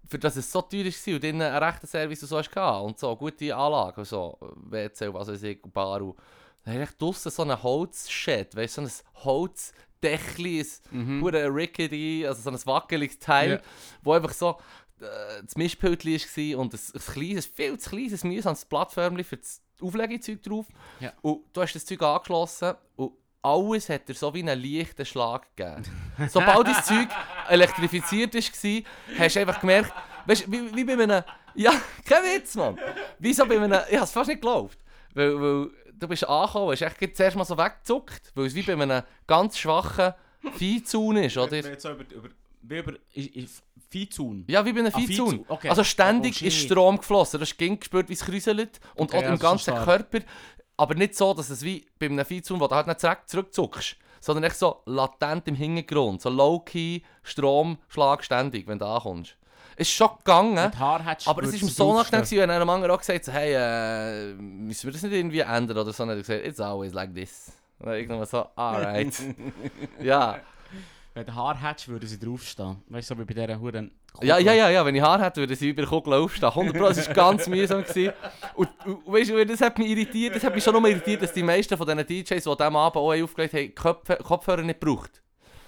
A: für das es so teuer war und innen einen rechten Service und so hast du gehabt und so gute Anlage und so, WC und was weiß ich, und Bar und dann hast du draussen so einen Holzshed, weißt du, so ein Holzdächli, ein
B: Mhm.
A: pure rickety, also so ein wackeliges Teil,
B: Ja.
A: wo einfach so äh, das Mischpult war und ein, ein kleines, viel zu kleines mühsames Plattformli für das Auflegezeug drauf.
B: Ja.
A: Und du hast das Zeug angeschlossen und alles hat dir so wie einen leichten Schlag gegeben. Sobald das Zeug elektrifiziert war, hast du einfach gemerkt, weißt, wie, wie bei einem... Ja, kein Witz, Mann! Wieso bei einem... Ich habe es fast nicht geglaubt. Weil, weil du bist angekommen, hast echt gleich zuerst mal so weggezuckt, weil es wie bei einem ganz schwachen Viehzaun ist, oder?
B: Wir- wir jetzt so über, über, wie über ich, ich, Viehzaun.
A: Ja, wie bei einem
B: Ah,
A: Viehzaun.
B: Viehzaun, okay.
A: Also ständig
B: Oh, oh,
A: ist
B: shit.
A: Strom geflossen. Du hast ging gespürt, wie es kräuselt und
B: Okay,
A: auch im
B: also
A: ganzen
B: schon stark.
A: Körper. Aber nicht so, dass es wie bei einem Viehzaun, wo du halt nicht direkt zurückzuckst, sondern echt so latent im Hintergrund. So low-key, Stromschlag ständig, wenn du ankommst. Es ist schon gegangen,
B: Die Haare hättest
A: aber es ist mir so nachgedacht, gewesen, wenn einem anderen auch gesagt hat, hey, äh, müssen wir das nicht irgendwie ändern oder so. Und er hat gesagt, it's always like this. Und dann irgendwann so, alright. ja.
B: Wenn du Haare hättest, würden sie draufstehen. Weißt du, so wie bei dieser Huren.
A: Ja, ja, ja, ja, wenn ich Haar hätte, würde sie über den Kugel aufstehen. 100 Pro, das war ganz mühsam. Gewesen. Und, und weißt du, das hat mich irritiert. Das hat mich schon nur irritiert, dass die meisten von diesen DJs, die diesem Abend auch haben aufgelegt haben, Köpfe, Kopfhörer nicht braucht.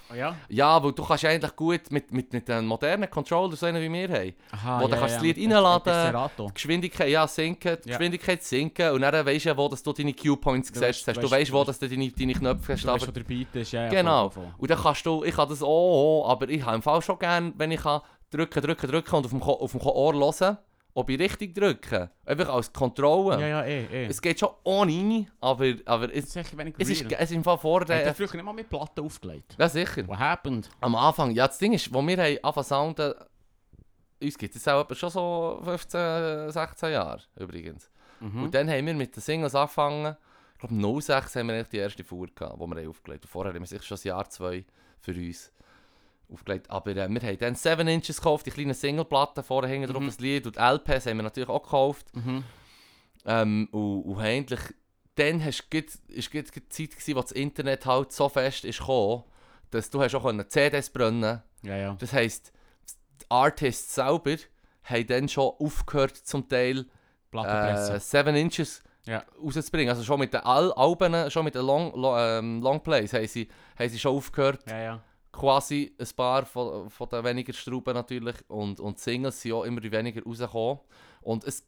B: Oh, ja?
A: Ja, weil du kannst ja eigentlich gut mit, mit, mit einem modernen Controller, so einen wie wir haben,
B: Aha,
A: Wo du kannst das Lied reinladen.
B: Serato.
A: die Geschwindigkeit ja, sinken, die
B: Ja.
A: Geschwindigkeit sinken und dann weisst du ja, wo dass du deine Cue-Points
B: Du
A: gesetzt
B: weißt-
A: hast. Du
B: weißt-
A: weisst, wo dass du deine, deine Knöpfe hast.
B: Du weißt,
A: aber-
B: wo der Beat ist. Ja, ja,
A: Genau.
B: voll, voll, voll.
A: Und dann kannst du, ich kann das auch, aber ich habe im Fall schon gerne, wenn ich kann, drücken, drücken, drücken und auf dem, Ko- auf dem Ohr hören, ob ich richtig drücke. Einfach als Kontrolle.
B: Ja, ja, eh, eh.
A: Es geht schon ohne, aber, aber
B: Das
A: es,
B: ist echt wenig
A: es, ist,
B: weird.
A: es ist im Fall vor
B: Hat er
A: der...
B: früher nicht mal mit Platten aufgelegt?
A: Eh, Ja, sicher.
B: What happened?
A: Am Anfang, ja, das Ding ist, wo wir haben angefangen zu sounden, uns gibt es auch etwa schon so 15, 16 Jahre übrigens.
B: Mhm.
A: Und dann haben wir mit den Singles angefangen. Ich glaube, 06 haben wir eigentlich die erste Fuhr gehabt, die wir haben aufgelegt haben. Vorher haben wir sicher schon ein Jahr, zwei für uns. aufgelegt. Aber äh, wir haben dann 7 Inches gekauft, die kleinen Singleplatten vorne hinten drauf,
B: Mhm.
A: das Lied und die LPs haben wir natürlich auch gekauft.
B: Mhm.
A: Ähm, und, und haben eigentlich, dann hast du gleich- ist gleich die Zeit gewesen, wo das Internet halt so fest ist gekommen, dass du hast auch können CDs brennen
B: Ja, ja.
A: Das heisst, die Artists selber haben dann schon aufgehört zum Teil
B: Plattenpresse.
A: äh, 7 Inches
B: Ja.
A: rauszubringen. Also schon mit den Al Alben, äh, schon mit den Long, Lo- ähm, Longplays haben sie, haben sie schon aufgehört
B: ja, ja.
A: quasi ein paar von, von den weniger Strauben natürlich und, und die Singles sind auch immer weniger rausgekommen. Und es,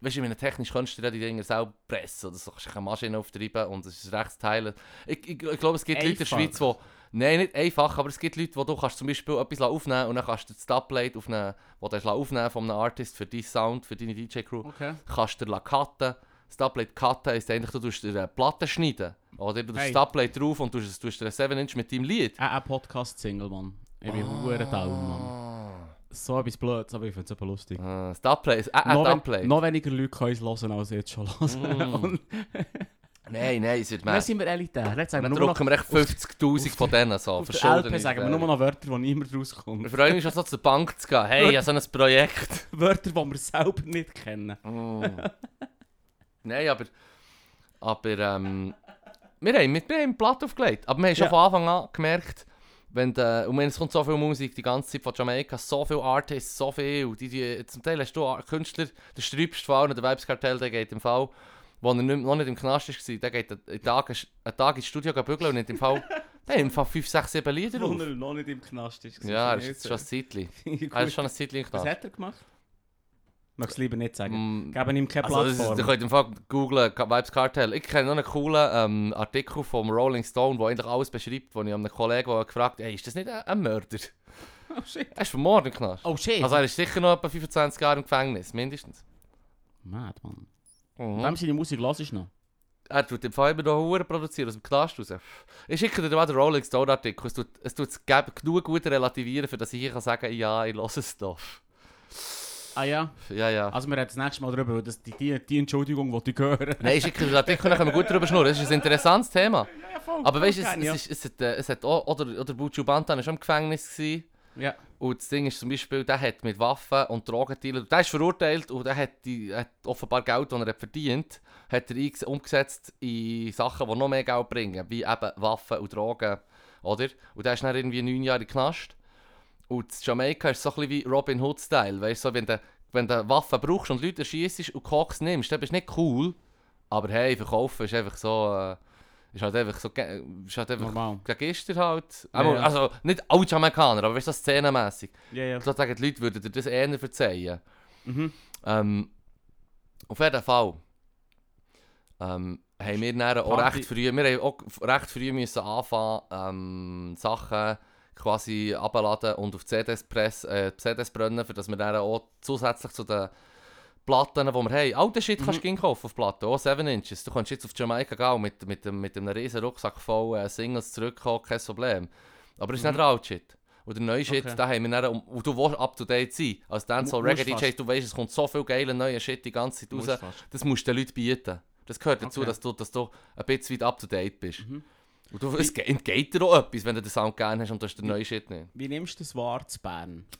A: weißt du, wenn technisch kannst du dir die Dinger selber pressen oder so, kannst du keine Maschine auftreiben und es ist recht teilen. Ich, ich, ich glaube, es gibt Leute in der Schweiz,
B: Einfach.
A: die Nein, nicht einfach, aber es gibt Leute, wo du kannst zum Beispiel etwas aufnehmen und dann kannst du das Dubplate aufnehmen, wo du hast aufnehmen von einem Artist für deinen Sound, für deine DJ-Crew
B: Okay.
A: kannst du cutten. Das Doublet cutten heisst eigentlich, du tust dir eine Platte schneiden. Oder du tust
B: Hey.
A: das Doublet drauf und tust, tust dir eine 7-Inch mit deinem Lied.
B: Ein, ein Podcast-Single, Mann. Ich bin
A: Ah.
B: verdammt down, Mann. So etwas Blödes, aber ich finde es eben lustig.
A: Ah, Das Doublet ist äh, ein
B: noch,
A: Doublet.
B: wen noch weniger Leute können es hören, als jetzt schon hören.
A: Mm.
B: Und
A: Nein, nein, es wird
B: dann
A: mehr.
B: sind wir elitär. Jetzt haben wir
A: Dann
B: nur noch
A: drucken wir echt
B: auf
A: 50'000 von denen so.
B: auf der
A: Verschulden
B: LP,
A: uns
B: sagen wir
A: der.
B: nur noch Wörter, wo niemand rauskommt.
A: Wir freuen uns schon so zur Bank zu gehen. Hey, ich habe so ein Projekt.
B: Wörter, die wir selber nicht kennen.
A: Mm. nein, aber... Aber ähm... Wir haben, wir haben Platt aufgelegt. Aber wir haben schon
B: Ja.
A: von Anfang an gemerkt, wenn de, und wenn es kommt so viel Musik die ganze Zeit von Jamaika, so viele Artists, so viel. und Die, die, zum Teil hast du Ar- Künstler, der sträubst vor allem, der Weibskartell, der geht im Fall, wo er nicht, noch nicht im Knast war, der geht einen Tag, einen Tag ins Studio gehen bügeln und nicht im Fall. Der hat im Fall 5, 6, 7 Lieder
B: Wo
A: auf.
B: er noch nicht im Knast ist.
A: Ja, er ist jetzt schon ein Zeitchen. Er ist schon ein Zeitchen im
B: Was
A: Knast.
B: hat er gemacht? Magst du lieber nicht sagen.
A: Mm,
B: Geben ihm keine
A: Also, das ist,
B: Plattform.
A: ihr könnt im Fall googlen, Ka- Vibes Cartel. Ich kenne noch einen coolen ähm, Artikel vom Rolling Stone, der eigentlich alles beschreibt, wo ich einem Kollegen der gefragt habe, ist das nicht ein, ein Mörder?
B: oh shit.
A: Er ist vom Mord im Knast.
B: Oh shit.
A: Also er ist sicher noch etwa 25 Jahre im Gefängnis, mindestens.
B: Mad, Mann. Mhm.
A: Mhm.
B: Wem seine Musik hörst du noch?
A: Er tut im Fall immer noch Huren produzieren aus dem Knast raus. Ich schicke dir mal den Rolling Stone Artikel, es tut es tut's geb- genug gut relativieren, für dass ich hier kann sagen ja, ich lasse es doch.
B: Ah ja.
A: Ja, ja.
B: Also wir reden das nächste Mal darüber, weil das die, die, die Entschuldigung, die ich hören.
A: Nein, ich schicke dir den Artikel, dann können wir gut drüber schnurren. Das ist ein interessantes Thema.
B: Ja, voll,
A: Aber
B: voll
A: weißt du, es,
B: gerne, ja.
A: es, ist- es hat, äh, es hat auch, oder, oder Bucci Bantan war schon im Gefängnis. Gewesen.
B: Ja.
A: Und das Ding ist zum Beispiel, der hat mit Waffen und Drogendealern, der ist verurteilt und der hat, die, hat offenbar Geld, das er hat verdient hat, er einges- umgesetzt in Sachen, die noch mehr Geld bringen, wie eben Waffen und Drogen, oder? Und der ist dann irgendwie neun Jahre in den Knast. Und in Jamaika ist so ein bisschen wie Robin Hood-Style, weißt du, so, wenn du, wenn du Waffen brauchst und Leute erschießt und Koks nimmst, dann bist du nicht cool, aber hey, verkaufen ist einfach so... Äh, ist halt einfach so... ge- Ist halt einfach
B: Normal.
A: Gangster halt.
B: Ja,
A: Aber-
B: ja.
A: Also nicht alle Jamaikaner, aber weißt du, so szenenmässig.
B: Ja, ja.
A: Ich würde sagen, die Leute würden dir das eher verzeihen.
B: Mhm.
A: Ähm, auf jeden Fall ähm, haben wir dann auch
B: Party-
A: recht früh, wir haben auch recht früh müssen anfangen, ähm, Sachen quasi abladen und auf CDs, press, äh, CDs brennen, für dass wir dann auch zusätzlich zu den Platten, die wir haben, alten Shit kannst
B: Mhm.
A: du gerne kaufen auf Platten, auch 7 Inches. Du kannst jetzt auf Jamaika gehen und mit, mit, dem- mit einem riesen Rucksack voll äh, Singles zurückkommen, kein Problem. Aber es ist nicht der alte Shit. Und der neue Shit,
B: Mhm. Okay.
A: da haben wir dann, um, und du willst up-to-date sein. Als Dancehall
B: Mu- musst
A: Reggae DJ,
B: fast.
A: du weißt, es kommt so viel geiler neuer Shit die ganze Zeit raus.
B: Musst fast.
A: Das musst du den Leuten bieten. Das gehört dazu,
B: Okay.
A: dass, du, dass du ein bisschen weit up-to-date bist.
B: Mhm.
A: Und du, es ge- entgeht dir auch etwas, wenn du den Sound gerne hast und du hast den neuen Shit nicht.
B: Wie nimmst du das wahr zu Bern?
A: Wie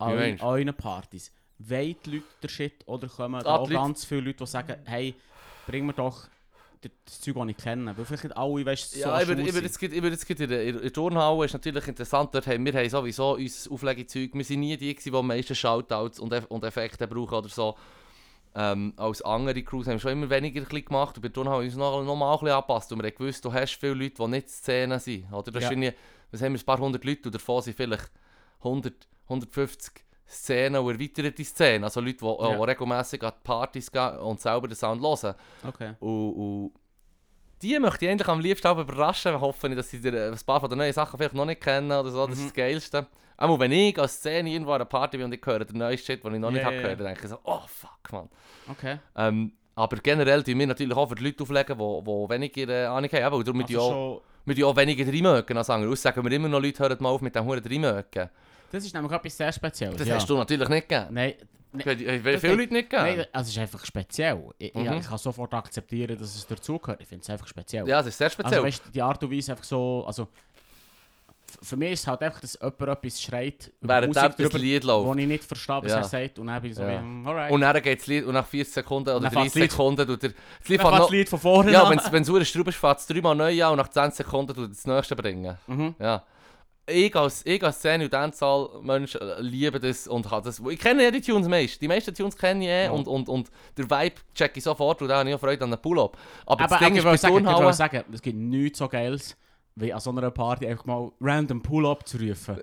B: An eu-
A: meinst
B: an euren Partys. Wollen die Leute den Shit oder kommen da
A: Ah,
B: auch
A: die Leute-
B: ganz viele Leute, die sagen, hey, bring mir doch d- das Zeug, das ich kenne. Weil vielleicht nicht alle, weißt du, so
A: Ja, über,
B: schwul
A: über
B: sind.
A: jetzt geht, über jetzt geht in, der, in der Turnhalle ist natürlich interessant. Dort haben wir haben sowieso unser Auflegezeug. Wir sind nie die, gewesen, die am meisten Shoutouts und, Eff- und Effekte brauchen oder so. Ähm, als andere Crews haben wir schon immer weniger ein bisschen gemacht und bei der Turnhalle haben wir uns noch, noch mal ein bisschen angepasst. Und wir haben gewusst, du hast viele Leute, die nicht Szenen sind. Oder? Das
B: Ja.
A: ist irgendwie, was haben wir, ein paar hundert Leute und davon sind vielleicht 100, 150 Szenen und erweiterte Szenen. Also Leute, die,
B: Ja.
A: äh, die regelmässig an die Partys gehen und selber den Sound hören.
B: Okay.
A: Und, und die möchte ich eigentlich am liebsten auch überraschen. Hoffe ich, dass sie dir äh, ein paar von den neuen Sachen vielleicht noch nicht kennen oder so.
B: Mhm.
A: Das ist das Geilste. Auch wenn ich als Szene irgendwo an einer Party bin und ich höre den neuen Shit, den ich noch nicht
B: Ja,
A: habe
B: ja,
A: gehört, dann denke ich so, oh fuck, man.
B: Okay.
A: Ähm, aber generell tun wir natürlich auch für die Leute auflegen, die, die weniger äh, Ahnung haben. Eben, Und darum müssen
B: Also
A: also
B: schon,
A: wir auch weniger reinmögen als andere. Aus sagen wir immer noch, Leute hören mal auf mit dem Huren reinmögen.
B: das ist nämlich etwas sehr Spezielles.
A: Das
B: ja.
A: hast du natürlich nicht gegeben.
B: Nein,
A: Ich will
B: Das
A: viele
B: hat-
A: Leute nicht
B: nein,
A: gegeben.
B: also es ist einfach speziell. Ich, ich,
A: Mhm.
B: ich kann sofort akzeptieren, dass es dazugehört. Ich finde es einfach speziell.
A: Ja, es ist sehr speziell.
B: Also weißt du, die Art und Weise einfach so, also f- für mich ist es halt einfach, dass jemand etwas schreit, über
A: Während
B: Musik
A: der das
B: drüber,
A: Lied läuft.
B: wo ich nicht verstehe, was
A: Ja.
B: er sagt. Und dann bin ich so,
A: Ja.
B: wie, hm, alright.
A: Und dann geht's Lied, und nach 40 Sekunden oder
B: Dann fängt
A: 30
B: das Lied-
A: Sekunden tut er, das Lied
B: Dann fängt
A: fängt
B: das
A: noch,
B: Lied von vorne
A: ja,
B: an.
A: wenn's, wenn's Uhr Strauben fängt es dreimal neu an und nach 10 Sekunden tut er das nächste bringen.
B: Mhm.
A: Ja. Ich als, ich als Szene- und Dancehall-Mensch äh, liebe das und habe das. Ich kenne ja die Tunes meist. Die meisten Tunes kenne ich eh
B: Ja.
A: und, und, und der Vibe check ich sofort und da habe ich auch Freude an einem Pull-Up. Aber,
B: Aber
A: das Ding
B: ich
A: ist,
B: wollte
A: bei
B: sagen, ich wollte
A: Turnhauen...
B: sagen, es gibt nichts so Geiles, wie an so einer Party einfach mal random Pull-Up zu rufen.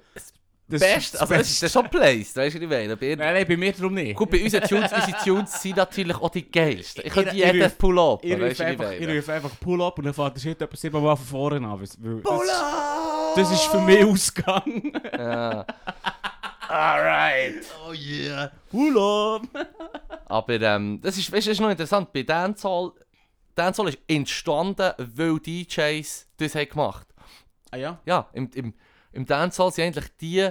B: Das
A: Best,
B: das
A: also es ist das
B: Beste.
A: ist schon placed, weißt du, was ich meine? Bei-
B: Nein, nein, bei mir darum nicht.
A: Gut, bei unseren Tunes, unsere Tunes sind natürlich auch die geilsten. Ich
B: Ich-
A: könnte
B: ich- ich
A: jeden
B: rufe-
A: Pull-Up,
B: Ich
A: weißt
B: rufe
A: du, was ich
B: einfach, ich
A: meine?
B: rufe einfach Pull-Up und dann fährt der Shit etwa siebenmal von vorne an. weil's- weil das-
A: Pull-Up!
B: Das ist für mich Ausgang.
A: Ja. Alright!
B: Oh yeah. Pull-Up.
A: Aber ähm, das, ist, weißt, das ist noch interessant. Bei Dancehall, Dancehall ist entstanden, weil DJs das haben gemacht
B: Ah ja.
A: Ja, im, im, im Dancehall sind eigentlich die.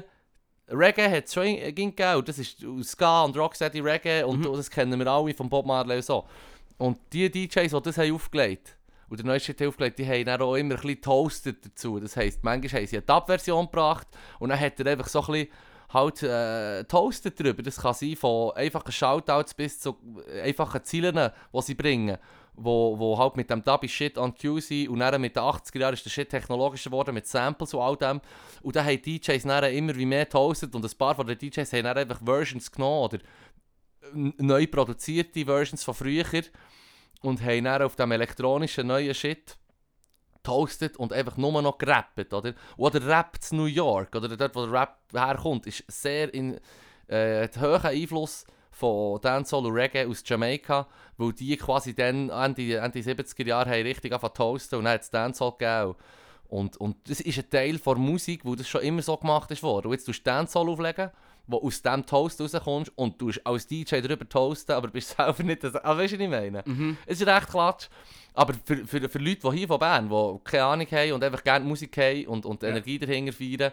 A: Reggae hat es schon in- äh, ging gegeben. und Das ist aus Ska und Rocksteady Reggae und das kennen wir alle von Bob Marley und so. Und die DJs, die das haben aufgelegt und der neueste Shit haben aufgelegt, die haben dann auch immer ein bisschen toasted dazu. Das heisst, manchmal haben sie eine Dub-Version gebracht und dann hat er einfach so ein bisschen halt äh, toasted drüber. Das kann sein von einfachen Shoutouts bis zu äh, einfachen Zielen, die sie bringen. Wo, wo halt mit dem Dub ist Shit on Q sind und dann mit den 80er Jahren ist der Shit technologischer geworden mit Samples und all dem. Und dann haben die DJs dann immer wie mehr toastet und ein paar von den DJs haben dann einfach Versions genommen oder n- neu produzierte Versions von früher und haben dann auf dem elektronischen neuen Shit toastet und einfach nur noch gerappt, oder? Oder Rap zu New York, oder dort, wo der Rap herkommt, ist sehr in äh, hohen Einfluss von Dancehall und Reggae aus Jamaika, weil die quasi dann Ende, Ende 70er Jahre haben richtig angefangen zu toasten und dann hat es Dancehall gegeben. Und, und das ist ein Teil der Musik, wo das schon immer so gemacht ist worden. Und jetzt tust du Dancehall auflegen, wo aus dem Toast rauskommst und du als DJ drüber toasten, aber bist selber nicht das... Ah, weißt du, was ich meine? Es ist recht klatsch. Aber für, für, für Leute, die hier von Bern, die keine Ahnung haben und einfach gerne Musik haben und, und
B: Ja.
A: Energie dahinter feiern,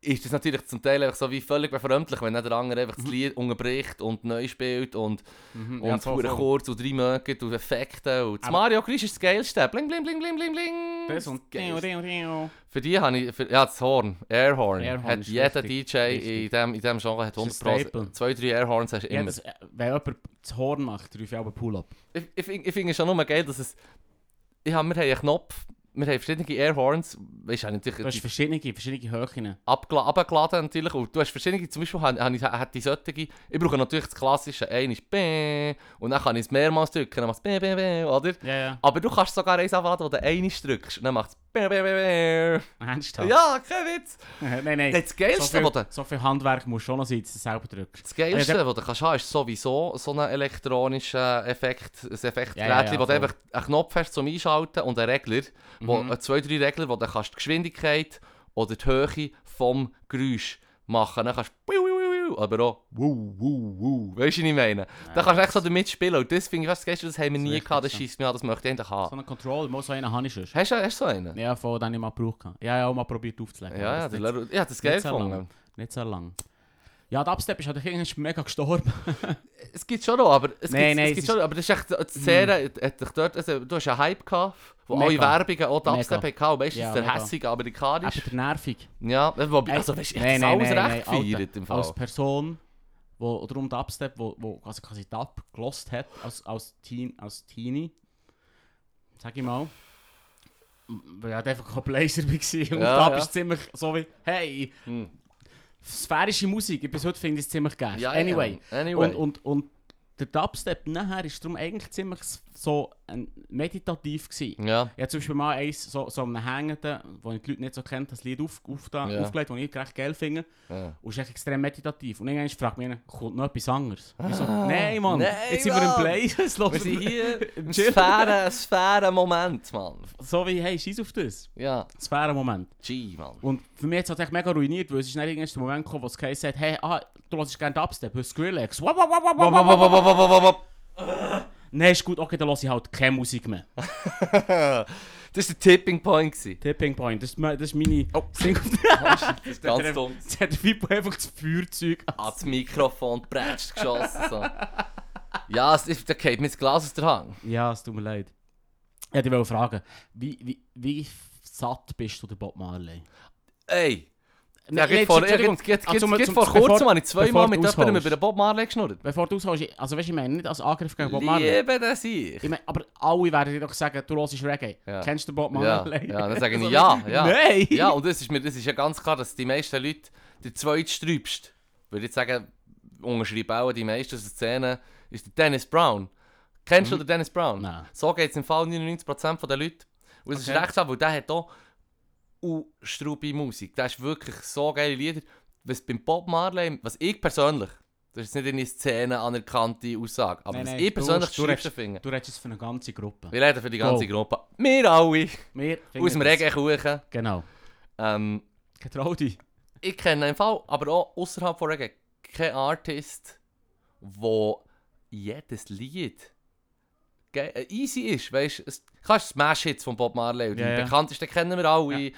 A: ist das natürlich zum Teil einfach so wie völlig befremdlich, wenn dann der andere einfach das Lied unterbricht und neu spielt und,
B: Mhm.
A: und
B: voll,
A: verdammt
B: voll.
A: kurz und drei Mögen und Effekte. Und das
B: Aber-
A: Mario Gris ist das Geilste. Bling, bling, bling, bling, bling, bling.
B: Das und
A: Geilste.
B: Deo, deo, deo.
A: Für die habe ich, für, ja, das Horn, Airhorn,
B: Airhorn
A: hat
B: ist
A: jeder
B: wichtig,
A: DJ in
B: wichtig.
A: diesem in dem Genre hat
B: Das
A: 100
B: ist ein Staple.
A: Zwei, drei Airhorns hast du
B: Ja,
A: immer.
B: das, äh, wenn jemand das Horn macht, rufe ich aber Pull-Up.
A: ich, ich, find- ich finde es schon nur geil, dass es. Ich hab, wir haben einen Knopf, wir haben verschiedene Airhorns, weißt du, hab ich
B: Du hast
A: natürlich
B: verschiedene, verschiedene Höhen.
A: abgela- abgeladen natürlich. Und du hast verschiedene, zum Beispiel habe hab ich, hab ich solche. Ich brauche natürlich das klassische, ein ist bäh, und dann kann ich es mehrmals drücken, dann macht es bäh, bäh, bäh, oder?
B: Ja, ja.
A: Aber du kannst sogar eins abladen, wo du einen drückst, und dann macht es bäh, bäh, bäh, bäh.
B: Ernsthaft?
A: Ja, kein Witz!
B: nein, nein.
A: Das
B: so,
A: Geilste, was
B: viel,
A: du...
B: so viel Handwerk muss schon noch sein, dass du es selber drückst.
A: Das Geilste,
B: Ja,
A: was du kannst haben, ist sowieso so einen elektronischen Effekt, ein Effektgerät,
B: Ja, ja, ja,
A: wo du
B: voll. Mhm.
A: einfach einen Knopf hast zum Einschalten und einen Regler, wo äh, zwei, drei Regler, wo du kannst die Geschwindigkeit oder die Höhe vom Geräusch machen. Dann kannst du wiu, wiu, wiu, wiu, aber auch wuh, wuh, wuh. Weißt du, was ich meine? Dann kannst du echt so damit spielen und das finde ich fast das Geilste, das haben wir
B: ist
A: nie
B: richtig
A: gehabt, das
B: so.
A: schießt mir an, das möchte ich endlich
B: So
A: haben.
B: einen Controller, muss so einen habe ich schon.
A: Hast du, hast du so einen?
B: dus. Ja, von dem ich mal gebraucht habe. Ja, ja, auch mal probiert aufzulegen.
A: Ja,
B: aber
A: ja, der
B: das nicht-
A: Leru- ich habe das geil
B: nicht so
A: gefunden.
B: lange. Nicht so lang. Ja, der Upstep ist halt irgendwie mega gestorben.
A: Es gibt schon noch, aber es,
B: Nein,
A: gibt,
B: nein,
A: es
B: es
A: gibt
B: ist-
A: schon, noch, aber das ist Mm. echt, die Serie hat dich dort, also, du hast einen Hype gehabt, wo alle
B: Mega.
A: Werbungen auch die Upstep
B: Mega.
A: hatten, und meistens
B: Ja,
A: der
B: mega.
A: hässige
B: Aber
A: amerikanisch.
B: der nervig.
A: Ja, äh, wobei, also weißt du, ich
B: Nein,
A: nee,
B: nein,
A: alles
B: nein,
A: recht
B: nein,
A: gefeiert
B: Alter.
A: im Fall.
B: Als Person, wo, oder um Dubstep, wo, wo quasi, quasi Dub gelost hat, als, als, Teen, als Teenie, sag ich mal, weil halt einfach kein Blazer war. Und
A: Ja,
B: Dub
A: ja.
B: ist ziemlich so wie, hey,
A: Hm.
B: sphärische Musik, ich bis heute finde ich es ziemlich geil.
A: Ja, ja,
B: anyway.
A: anyway.
B: Und, und, und der Dubstep nachher ist darum eigentlich ziemlich so ein, meditativ gewesen.
A: ja,
B: Ich habe zum Beispiel mal eins, so, so einem Hängenden, wo ich die Leute nicht so kenne, das Lied auf, auf da,
A: Ja.
B: aufgelegt, das ich recht geil finde.
A: ja.
B: Und es ist echt extrem meditativ. Und irgendwann fragt mich einer, kommt noch etwas anderes? Ich so, nein, Mann,
A: Ah, nein,
B: jetzt sind wir
A: Mann.
B: im Play. es läuft-
A: Wir sind hier im
B: Chill.
A: sphären, sphären Moment, Mann.
B: So wie, hey, scheiß auf das.
A: Ja,
B: Das wäre ein Moment.
A: G, Mann.
B: Und für mich hat es halt echt mega ruiniert, weil es ist nicht irgendwann der Moment gekommen, wo es Case sagt, hey, ah, du hörst gerne Dubstep, hörst Skrillex. Wop, wop, wop, wop, wop, wop, wop. Nein, ist gut, okay, dann höre ich halt keine Musik mehr.
A: Das war der Tipping Point. gewesen.
B: Tipping Point, das ist, me- das ist meine...
A: Oh.
B: Single...
A: Das ist ganz dumm.
B: Jetzt hat der Fippo einfach das Feuerzeug
A: Ans Mikrofon prätscht geschossen. So. Ja, es ist, da geht mir das Glas aus der Hand.
B: Ja, es tut mir leid. Ja, ich wollte fragen, wie, wie, wie satt bist du der Bob Marley.
A: Ey! Ja,
B: Nein,
A: geht vor,
B: jetzt- Entschuldigung.
A: geht, geht,
B: Ah,
A: geht,
B: zum-
A: geht
B: zum-
A: vor
B: bevor-
A: kurzem habe ich
B: bevor
A: zweimal
B: du
A: mit jemandem
B: ausholst.
A: über den Bob Marley geschnurrt.
B: Bevor du aushörst, also weißt du, ich meine nicht als Angriff gegen Bob Marley.
A: Liebe das ich.
B: Ich meine, aber alle werden dir doch sagen, du hörst Reggae.
A: Ja.
B: Kennst du Bob
A: Ja,
B: Marley?
A: ja, dann sage ich
B: Also,
A: ja, ja.
B: Nein!
A: Ja, und das ist, mir, das ist ja ganz klar, dass die meisten Leute der zweitsträubst. Würde ich sagen, unterschreiben auch die meisten aus der Szene, ist der Dennis Brown. Kennst du den Dennis Brown?
B: Mhm. Nein.
A: So geht es im Fall 99% der Leute. Und es ist
B: Okay.
A: recht so, weil der hat auch unstraube Musik. Der ist wirklich so geile Lieder. Was beim Bob Marley, was ich persönlich, das ist jetzt nicht eine Szene anerkannte Aussage, aber
B: Nein,
A: was
B: nein,
A: ich
B: du-
A: persönlich
B: du
A: das Schlimmste
B: redest-
A: finde,
B: Du redest es für eine ganze Gruppe.
A: wir reden für die ganze
B: Go.
A: Gruppe, wir alle,
B: Wir
A: aus dem
B: finden das-
A: Regenkuchen.
B: Genau.
A: Ähm,
B: Getrau dich.
A: ich kenne im Fall, aber auch außerhalb von Reggae, keinen Artist, wo jedes Lied ge- äh, easy ist. Weißt du, kannst Smash-Hits von Bob Marley, und
B: Ja,
A: die
B: ja.
A: bekanntesten kennen wir alle.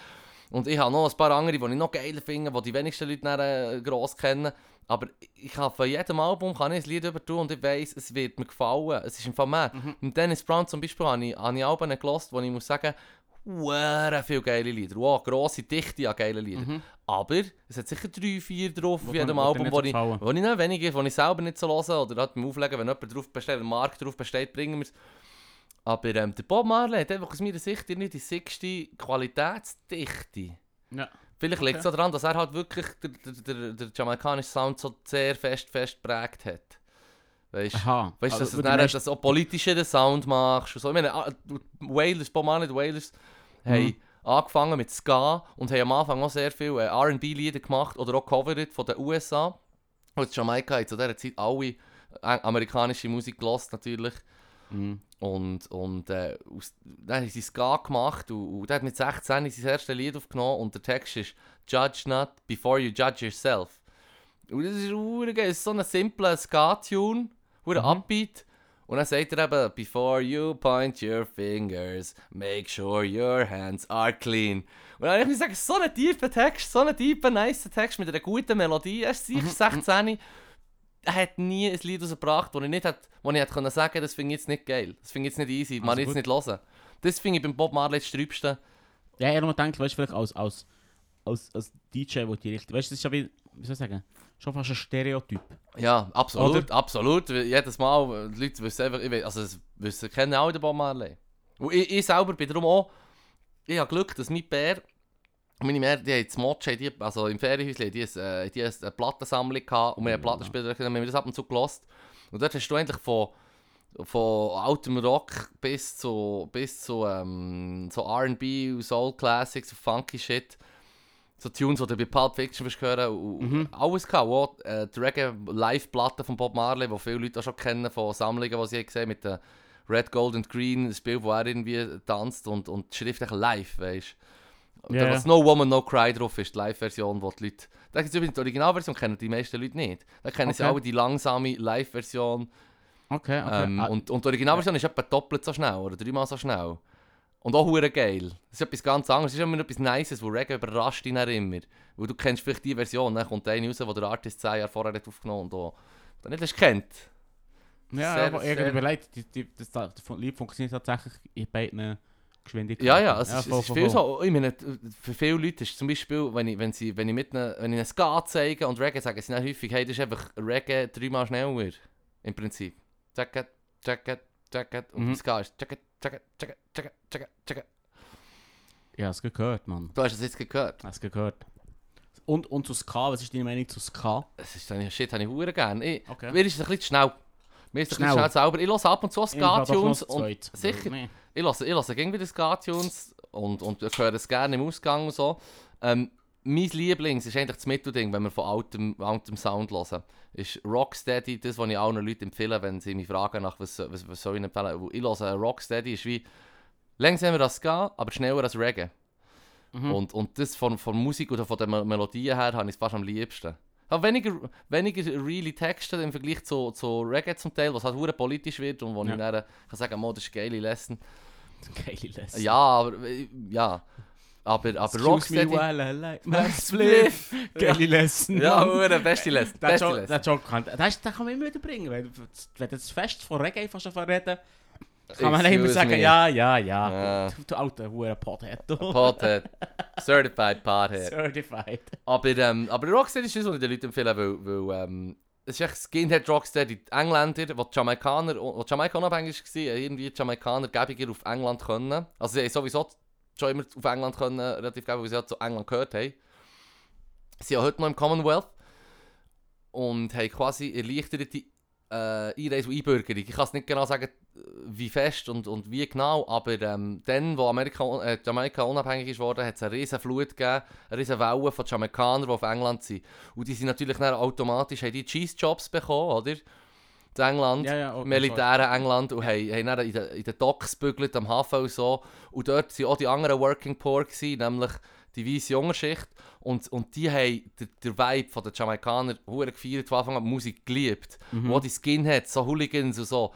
A: Und ich habe noch ein paar andere, die ich noch geiler finde, die die wenigsten Leute dann, äh, gross kennen. Aber ich habe von jedem Album kann ich ein Lied über tun und ich weiß, es wird mir gefallen. Es ist im Fall mehr.
B: Mhm.
A: Und Dennis Brown zum Beispiel habe ich, habe ich Alben gehört, wo ich muss sagen, Huere viele geile Lieder. Wow, grosse Dichte an geilen Liedern. Aber es hat sicher drei, vier drauf auf
B: dir-
A: jedem
B: wo dir
A: Album,
B: nicht
A: wo ich,
B: gefallen.
A: wo ich noch wenige, die ich selber nicht so höre oder halt beim Auflegen, wenn jemand drauf besteht, wenn Markt drauf besteht, bringen wir es. Aber ähm, der Bob Marley hat einfach aus meiner Sicht irgendwie die sechste Qualitätsdichte.
B: Ja.
A: Vielleicht liegt es auch daran, dass er halt wirklich der, der, der, der jamaikanische Sound so sehr fest, fest geprägt hat. Weißt du?
B: Aha. Ah,
A: Weißt du,
B: Also,
A: dass du
B: du
A: dann
B: meinst-
A: dass du auch politischen den Sound machst? Und so. Ich meine, ah, du- Wailers, Bob Marley, die Wailers,
B: Mhm.
A: haben angefangen mit Ska und haben am Anfang auch sehr viele äh, RB-Lieder gemacht oder auch covered von den USA. Und Jamaika hat zu dieser Zeit alle äh, amerikanische Musik gelost natürlich.
B: Mhm.
A: Und, und äh, aus, dann haben sie Ska gemacht und, und der hat mit 16 sein erstes Lied aufgenommen und der Text ist Judge not before you judge yourself. Und das ist hure geil, es ist so ein simpler Ska-Tune,
B: Mhm.
A: hure Upbeat. Und dann sagt er eben, before you point your fingers, make sure your hands are clean. Und dann habe ich mir gesagt, so ein tiefer Text, so ein tiefer, nice Text mit einer guten Melodie, erst sicher
B: Mhm.
A: 16. Er hat nie ein Lied rausgebracht, das ich nicht hätte, wo ich hätte können sagen das finde ich jetzt nicht geil, das finde ich jetzt nicht easy, man
B: Also
A: jetzt
B: gut.
A: nicht hören. Das finde ich beim Bob Marley das Sträubste.
B: Ja, ich habe nur gedacht, weißt du, vielleicht als, als, als, als DJ, wo die richtig. Weißt du, das ist ja wie. Wie soll ich sagen? Schon fast ein Stereotyp.
A: Ja, absolut, absolut. Jedes Mal, äh, die Leute wissen einfach, ich weiß, also es wissen, kennen alle den Bob Marley. Und ich, ich selber bin darum auch, ich habe Glück, dass mein Bär, meine Mär, die haben das Motsch, die, also im Ferienhäuschen, die, äh, die haben eine Plattensammlung gehabt und wir haben Plattenspieler, dann haben wir das ab und zu gelost. Und dort hast du eigentlich von, von altem Rock bis zu, bis zu ähm, so R&B und Soul Classics und Funky Shit so Tunes, die du bei Pulp Fiction wirst hören und
B: Mhm.
A: und alles gehabt. Und Auch äh, die Reggae-Live-Platte von Bob Marley, die viele Leute auch schon kennen von Sammlungen, die sie haben gesehen mit der Red, Gold and Green, das Bild, wo er irgendwie tanzt und, und die Schrift echt live, weißt du.
B: Ja,
A: Yeah.
B: ja.
A: Was No Woman, No Cry drauf ist, die Live-Version, die die Leute... Da gibt's übrigens die Originalversion, kennen die meisten Leute nicht. Da kennen sie
B: Okay.
A: alle die langsame Live-Version.
B: Okay, okay.
A: Ähm,
B: Ah,
A: und, und die Originalversion ist etwa doppelt so schnell oder dreimal so schnell. Und auch hure geil. Das ist etwas ganz anderes. Es ist immer etwas Nices, wo Reggae überrascht dich dann immer. Weil du kennst vielleicht die Version, dann kommt eine raus, die der Artist 10 Jahre vorher hat aufgenommen und auch dann nicht hast kennt.
B: ja,
A: sehr,
B: aber irgendwie
A: sehr-
B: überlegt, die, die, das, das Lied funktioniert tatsächlich in beiden Geschwindigkeiten.
A: Ja, ja, es ist,
B: voll,
A: es ist
B: voll,
A: viel
B: voll.
A: so. Ich meine, für viele Leute ist zum Beispiel, wenn ich, wenn sie, wenn ich mit einer, wenn ich einen Ska zeige und Reggae sage, sind dann häufig, hey, das ist einfach Reggae dreimal schneller. Im Prinzip. Checket, checket, checket. Und
B: Mhm.
A: mhm. Ska ist checket, checket, checket, checket, checket, checket.
B: Ja, es gehört, Mann.
A: Du hast es jetzt gehört.
B: Es gehört. Und, und zu Ska, was ist deine Meinung zu Ska?
A: Das ist dann, shit, habe ich hure gern. Ich,
B: Okay.
A: Mir ist es ein bisschen zu schnell. Mir ist es ein bisschen schnell
B: Schnell.
A: selber. Ich lasse ab und zu Ska-Tunes. und-
B: und
A: Sicher. Ich lasse, ich lasse irgendwie die Ska-Tunes und, und ich höre es gerne im Ausgang und so. Ähm, mein Lieblings ist eigentlich das Mittelding, wenn wir von altem, altem Sound hören. Ist Rocksteady das, was ich allen Leuten empfehle, wenn sie mich fragen, nach was, was, was soll ich empfehlen. Weil Ich höre Rocksteady, ist wie langsamer als Ska, aber schneller als Reggae. Und, und das von, von Musik oder von den Mel- Melodien her habe ich es fast am liebsten. Aber weniger, weniger reale Texte im Vergleich zu, zu Reggae zum Teil, was halt hure politisch wird und wo
B: Ja.
A: ich dann kann sagen, oh, das ist eine geile Lesson.
B: Geile Lesson.
A: Ja, aber äh, ja. Aber, aber
B: Excuse me
A: Rocksteady.
B: while I light my spliff. Geile Lesson.
A: Ja,
B: Mann.
A: hure beste Lesson.
B: Der
A: Beste
B: Joke, der
A: Lesson.
B: Joke kann, das, das kann man immer wieder bringen. Wenn, wenn du das Fest von Reggae fast schon reden Kann man immer
A: Excuse
B: sagen,
A: me.
B: ja, ja, ja.
A: dus Ja.
B: Du, du alter Huren Pothead. du.
A: Pothead. Certified Pothead.
B: Certified.
A: Aber, ähm, aber Rocksteady ist uns, was ich den Leuten empfehlen weil, weil ähm, es ist echt Skinhead Rocksteady, die Engländer, die die Jamaikaner, die Jamaika unabhängig waren, irgendwie die Jamaikaner gäbiger auf England können. Also sie haben sowieso schon immer auf England können, äh, relativ gäbig, weil sie ja zu England gehört haben. Sie sind ja heute noch im Commonwealth und haben quasi erleichterte äh, Einreise und Einbürgerung. Ich kann es nicht genau sagen, wie fest und, und wie genau, aber ähm, dann, wo Amerika, äh, Jamaika unabhängig ist worden, hat es eine riesen Flut gegeben, eine riesen Welle von Jamaikanern, die auf England sind. Und die sind natürlich dann automatisch, haben die Cheese-Jobs bekommen, oder? Zu England.
B: Ja, oh, ja, okay,
A: Militäre England und haben, haben dann in den, in den Docks gebügelt, am Hafen und so. Und dort waren auch die anderen Working Poor, gewesen, nämlich die weiße Jungerschicht. Und, und die haben den, den Vibe der Jamaikaner verdammt gefeiert, von Anfang an die Musik geliebt.
B: Mhm.
A: Wo die Skinheads, so Hooligans und so.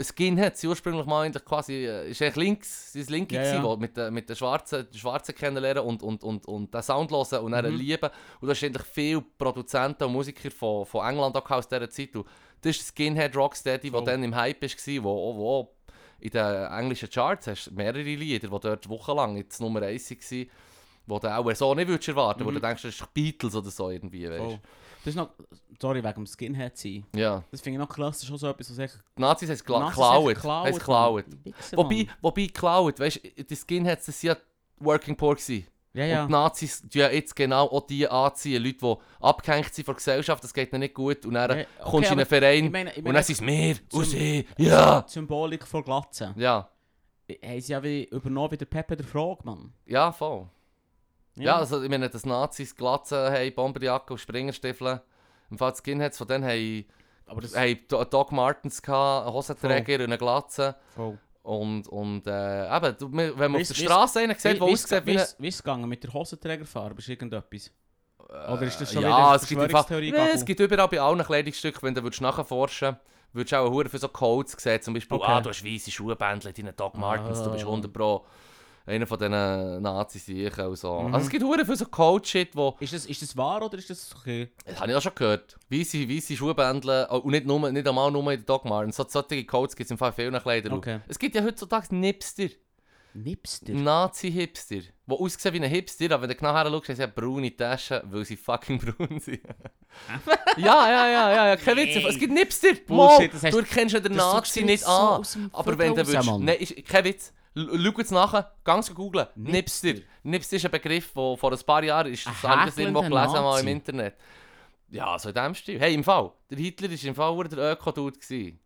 A: Skinheads sind ursprünglich mal eigentlich quasi, äh, ist eigentlich links, sie ist linke
B: Ja,
A: gewesen,
B: ja.
A: wo mit, den- mit den Schwarzen, die Schwarzen kennenlernen und, und, und, und den Sound hören und
B: Mhm.
A: dann lieben. Und da sind eigentlich viele Produzenten und Musiker von, von England auch aus dieser Zeit. Und das ist der Skinhead Rocksteady, der
B: Voll.
A: dann im Hype war, wo, wo in den englischen Charts hast du mehrere Lieder, die dort wochenlang jetzt Nummer 1 waren, wo du auch so nicht würdest erwarten wo du denkst, das ist Beatles oder so irgendwie, weißt
B: Mhm. Voll. Das ist noch, sorry, wegen dem Skinhead sein.
A: Ja.
B: Das finde ich noch krass, das ist schon so etwas, was echt...
A: Die Nazis haben es gla-
B: Nazis haben
A: geklaut. Haben es geklaut.
B: Mann. Wichser,
A: Wobei,
B: Mann.
A: wobei geklaut, weißt du, die Skinheads, das sind ja Working Poor gewesen.
B: Ja, ja.
A: Und die Nazis tun ja jetzt genau auch die anziehen, Leute, die abgehängt sind von der Gesellschaft, das geht ihnen nicht gut. Und dann
B: Ja, okay,
A: kommst du in einen
B: aber
A: Verein
B: Ich meine, ich meine,
A: und dann sind es wir und
B: zum-
A: sie. Ja!
B: die Symbolik von Glatzen.
A: Ja,
B: Haben sie ja wie übernommen bei der Peppe der Frage, Mann.
A: ja, voll. Ja, also ich meine, dass Nazis Glatzen haben, Bomberjacke und Springerstiefeln. Im Fall die Skinheads von denen haben,
B: aber das Oh.
A: haben Do- Doc Martens, gehabt, einen Hosenträger und eine Glatze.
B: voll.
A: Und, und äh, eben, du- wir- wenn man
B: Weiss-
A: auf
B: weiss-
A: der Straße einen sieht, der
B: Wie- wie-
A: aussieht wie
B: wie-
A: ein...
B: Wie ist es gegangen mit der Hosenträgerfarbe? Ist irgendetwas? Oder ist das schon
A: Äh, ja,
B: wieder eine
A: es gibt einfach,
B: Verschwörungstheorie,
A: Nein,
B: Gabu?
A: es gibt überall bei allen Kleidungsstücken, wenn du würdest nachforschen würdest, würdest du auch Huren für so Codes sehen. Zum Beispiel,
B: Okay.
A: ah, du hast weiße Schuhbändchen, deine Doc Martens, du bist
B: Ah.
A: 100 Pro einer von diesen nazis und so.
B: Mhm.
A: Also es gibt Huren für so Code-Shit, wo...
B: Ist das, ist das wahr oder ist das okay?
A: Das habe ich auch schon gehört. Weisse, weisse Schuhbändchen, oh, und nicht, nur, nicht einmal nur in den Doc Martens. So, solche Codes gibt es im Fall in vielen Kleidern.
B: Okay.
A: Es gibt ja heutzutage Nipster,
B: Nipster?
A: Nazi-Hipster, die aussehen wie ein Hipster, aber wenn du genau her schaust, haben sie eine braune Taschen, weil sie fucking braun sind. ja, ja, ja, ja, ja, kein Witz.
B: Nee.
A: Es gibt Nipster. Mal,
B: Bullshit, das heißt-
A: du erkennst ja den
B: das
A: Nazi
B: suchst du
A: nicht
B: so
A: an.
B: aus dem
A: aber wenn du
B: Foto raus,
A: willst,
B: Mann.
A: nein, ist, kein Witz. L- Schau jetzt nachher, ganz googeln.
B: Nipster.
A: Nipster. Nipster ist ein Begriff, der vor ein paar Jahren ist das
B: Ein
A: andere irgendwo gelesen
B: häkelnder
A: mal im
B: Nazi.
A: Internet. Ja, so in dem Stil. Hey, im Fall, der Hitler war im Fall verdammt der Öko-Dude. gewesen.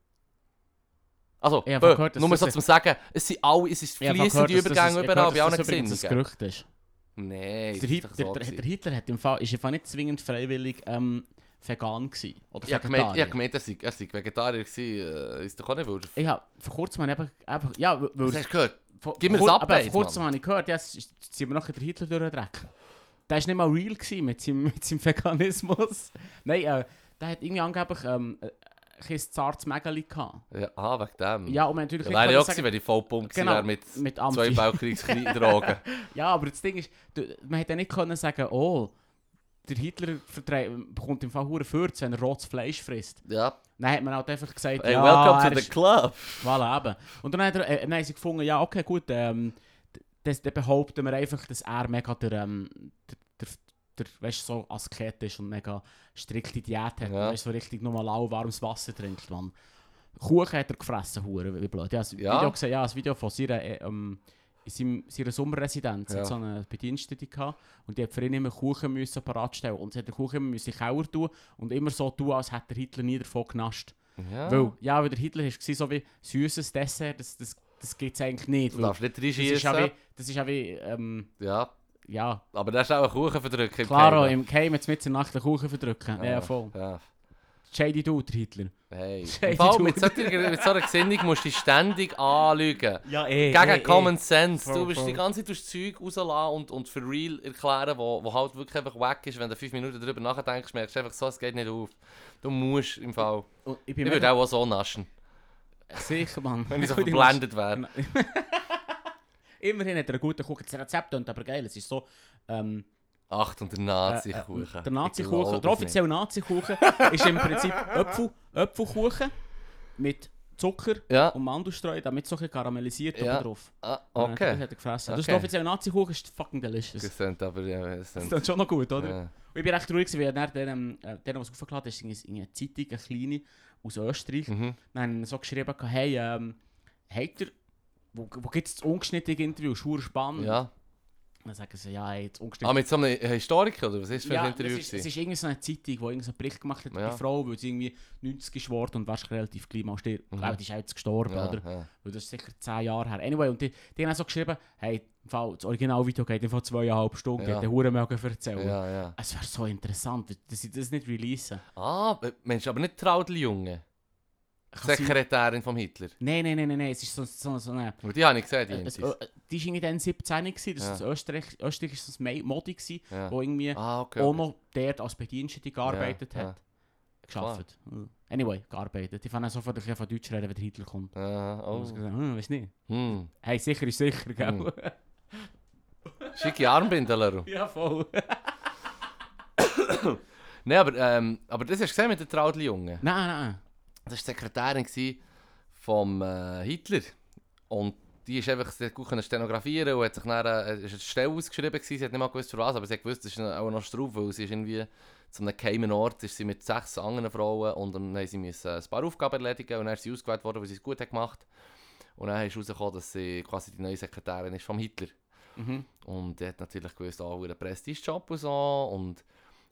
A: Also,
B: Ich hab
A: bö,
B: gehört, dass
A: nur
B: das
A: so
B: ein-
A: zum Sagen, es sind alle, es ist
B: Ich habe gehört,
A: fließende
B: dass das-
A: Übergänge
B: ich habe
A: überall,
B: gehört,
A: bei
B: dass
A: allen
B: das übrigens ein
A: Gesinnungen.
B: Gerücht ist.
A: Nein,
B: Der,
A: das ist
B: Hit,
A: doch
B: der,
A: so
B: der, der
A: gewesen.
B: Hitler hat im Fall, ist im Fall nicht zwingend freiwillig ähm, vegan gewesen. Oder
A: Ich habe gemeint, ich
B: Vegetarier.
A: hab gemeint, er sei, er sei Vegetarier gewesen. Äh, ist doch auch nicht wurscht.
B: Ich hab vor kurzem habe ich eben, eben, ja, weil- weil-
A: Was hast du gehört?
B: vor-
A: Gib mir
B: vor-
A: ein
B: aber
A: Update,
B: Vor kurzem
A: Mann.
B: habe ich gehört, ja, es ist- ziehen wir nachher den Hitler durch den Dreck. Der war nicht mal real gewesen mit seinem, mit seinem Veganismus. Nein, äh, der hat irgendwie angeblich ähm, äh, ein bisschen zartes Mägeli gehabt.
A: Ja, ah, wegen dem.
B: Ja, und wir haben natürlich
A: Ja, wäre ich auch
B: können
A: gewesen, wenn ich voll gepumpt
B: Genau,
A: wäre mit,
B: mit Amphi.
A: zwei Weltkriegsdrogen.
B: Ja, aber das Ding ist, du, man hätte ja nicht können sagen, oh, der Hitler vertrei- bekommt im Fall hure Fürze, wenn er rotes Fleisch frisst.
A: ja.
B: Dann hat man halt einfach gesagt,
A: Hey,
B: ja,
A: welcome
B: er
A: to the
B: ist-
A: club.
B: Voilà, eben. Und dann, hat er, äh, dann haben sie gefunden, ja, okay, gut, ähm, d- das, dann behaupten wir einfach, dass er mega der, ähm, der, der, der weißt, so Asket ist und mega strikte Diät hat.
A: Ja.
B: Weißt, so richtig nur lauwarmes warmes Wasser trinkt, man. Kuchen hat er gefressen, hure, wie blöd. Ja, das
A: Ja.
B: Video gesehen, ja, das Video von seiner, äh, ähm, in seinem, seiner Sommerresidenz
A: Ja.
B: hat so eine Bedienstete gehabt und die hat für ihn immer Kuchen müssen parat stellen und sie hat den Kuchen immer müssen in den Keller tun und immer so tun, als hätte der Hitler nie davon genascht.
A: Ja.
B: Weil, ja, weil der Hitler war so wie süßes Dessert, das, das, das gibt es eigentlich nicht.
A: du
B: Weil
A: darfst nicht
B: das, ist ja
A: reinschießen.
B: wie, das ist ja wie, ähm,
A: Ja, Ah,
B: ja,
A: aber da ist auch ein Kuchenverdrücker. im
B: Klaro
A: Keller.
B: im Game jetzt mit der Nacht den Kuchen
A: Ah.
B: verdrücken. Ja, ja voll.
A: Ja.
B: Shady Dude, der Hitler.
A: Hey.
B: Shady
A: Im Fall, mit, so
B: Dude.
A: einer, mit so einer Gesinnung musst du dich ständig anlügen.
B: Ja, eh.
A: Gegen Common Sense.
B: Voll,
A: Du bist die
B: voll.
A: ganze Zeit durchs Zeug rauslassen und, und für real erklären, wo, wo halt wirklich einfach weg ist. Wenn du fünf Minuten darüber nachdenkst, merkst du einfach so, es geht nicht auf. Du musst im Fall.
B: Und Oh, ich
A: Ich
B: bin
A: würde
B: mir
A: auch so naschen,
B: sicher, Mann.
A: wenn ich so
B: Gut, muss-
A: verblendet wäre.
B: Immerhin hat er einen guten Kuchen. Das Rezept klingt aber geil. Es ist so, ähm, äh,
A: Acht und der Nazi-Kuchen.
B: Der
A: Ich glaub
B: Nazi-Kuchen,
A: es
B: der offizielle Nazi-Kuchen ist im Prinzip Apfel, Apfelkuchen mit Zucker
A: Ja,
B: und Mandelstreu, damit es so ein bisschen karamellisiert
A: Ja.
B: oben drauf.
A: ah,
B: Und
A: okay.
B: Das hat er gefressen. Das ist
A: Okay.
B: der offizielle Nazi-Kuchen, ist fucking delicious.
A: Das sind aber, ja, das
B: Das
A: sind,
B: ist schon noch gut, oder?
A: ja.
B: Und ich bin recht ruhig, weil er dann, äh, der, der es aufgeladen hat, ist in einer Zeitung, eine kleine, aus Österreich.
A: Mhm.
B: Dann haben wir so geschrieben, hey, ähm, habt ihr, wo, wo gibt es das ungeschnittene Interview? Schur spannend.
A: ja.
B: Dann sagen sie, ja, hey, das
A: Ah,
B: ungeschnittene
A: mit so einem Historiker, oder was ist das für ein
B: ja,
A: Ah, Interview?
B: es ist, es
A: gewesen?
B: ist irgendwie so eine Zeitung, wo irgendein Bericht gemacht hat,
A: Ja.
B: die Frau, weil sie irgendwie 90 ist geworden und wahrscheinlich relativ gleich mal stirbt.
A: Mhm.
B: Ich glaube, die ist auch jetzt gestorben,
A: ja,
B: oder?
A: ja.
B: Weil das ist sicher 10 Jahre her. Anyway, und die, die haben auch so geschrieben, hey, im Fall, das Originalvideo geht in Fall zweieinhalb Stunden,
A: Ja.
B: ja. hätte Huren mögen erzählen.
A: ja, ja.
B: Es wäre so interessant, dass sie das nicht releasen.
A: Ah, Mensch, aber nicht Traudel Junge.
B: Kann sein-
A: Sekretärin vom Hitler.
B: Nein, nein, nein, nein, nein, es ist so, so, so eine...
A: Aber die habe ich gesehen, die
B: Äh, es-
A: Intis.
B: äh, die war irgendwie dann 17, gewesen, das
A: Ja.
B: ist in Österreich, Österreich ist das Me- Modi, gewesen,
A: Ja.
B: äh, wo irgendwie
A: Ah, okay.
B: auch
A: okay.
B: noch dort als Bedienstete gearbeitet
A: Ja, ja.
B: hat. Geschafft. Mhm. Anyway, gearbeitet. Ich fand auch sofort ein bisschen von Deutsch reden, wenn der Hitler kommt.
A: Ah,
B: Oh. Ich
A: oh.
B: gesagt, hm, weiss nicht.
A: Hm.
B: Hey, sicher ist sicher, gell?
A: Hm. Schicke Armbindel. Leru.
B: ja, voll.
A: Nein, aber, ähm, aber das hast du gesehen mit der Traudel Junge.
B: nein, nein.
A: Das war die Sekretärin gsi vom äh, Hitler. Und die ist einfach, sie hat gut können stenografieren und hat sich dann, äh, ist eine Stelle ausgeschrieben gewesen. Sie hat nicht mal gewusst, für was, aber sie hat gewusst, das ist auch noch Strauf, weil sie ist irgendwie zu einem geheimen Ort, ist sie mit sechs anderen Frauen und dann haben sie müssen ein paar Aufgaben erledigen und dann ist sie ausgewählt worden, weil sie es gut hat gemacht. Und dann ist herausgekommen, dass sie quasi die neue Sekretärin ist vom Hitler.
B: Mhm.
A: Und er hat natürlich gewusst, auch einen Prestigejob und so. Und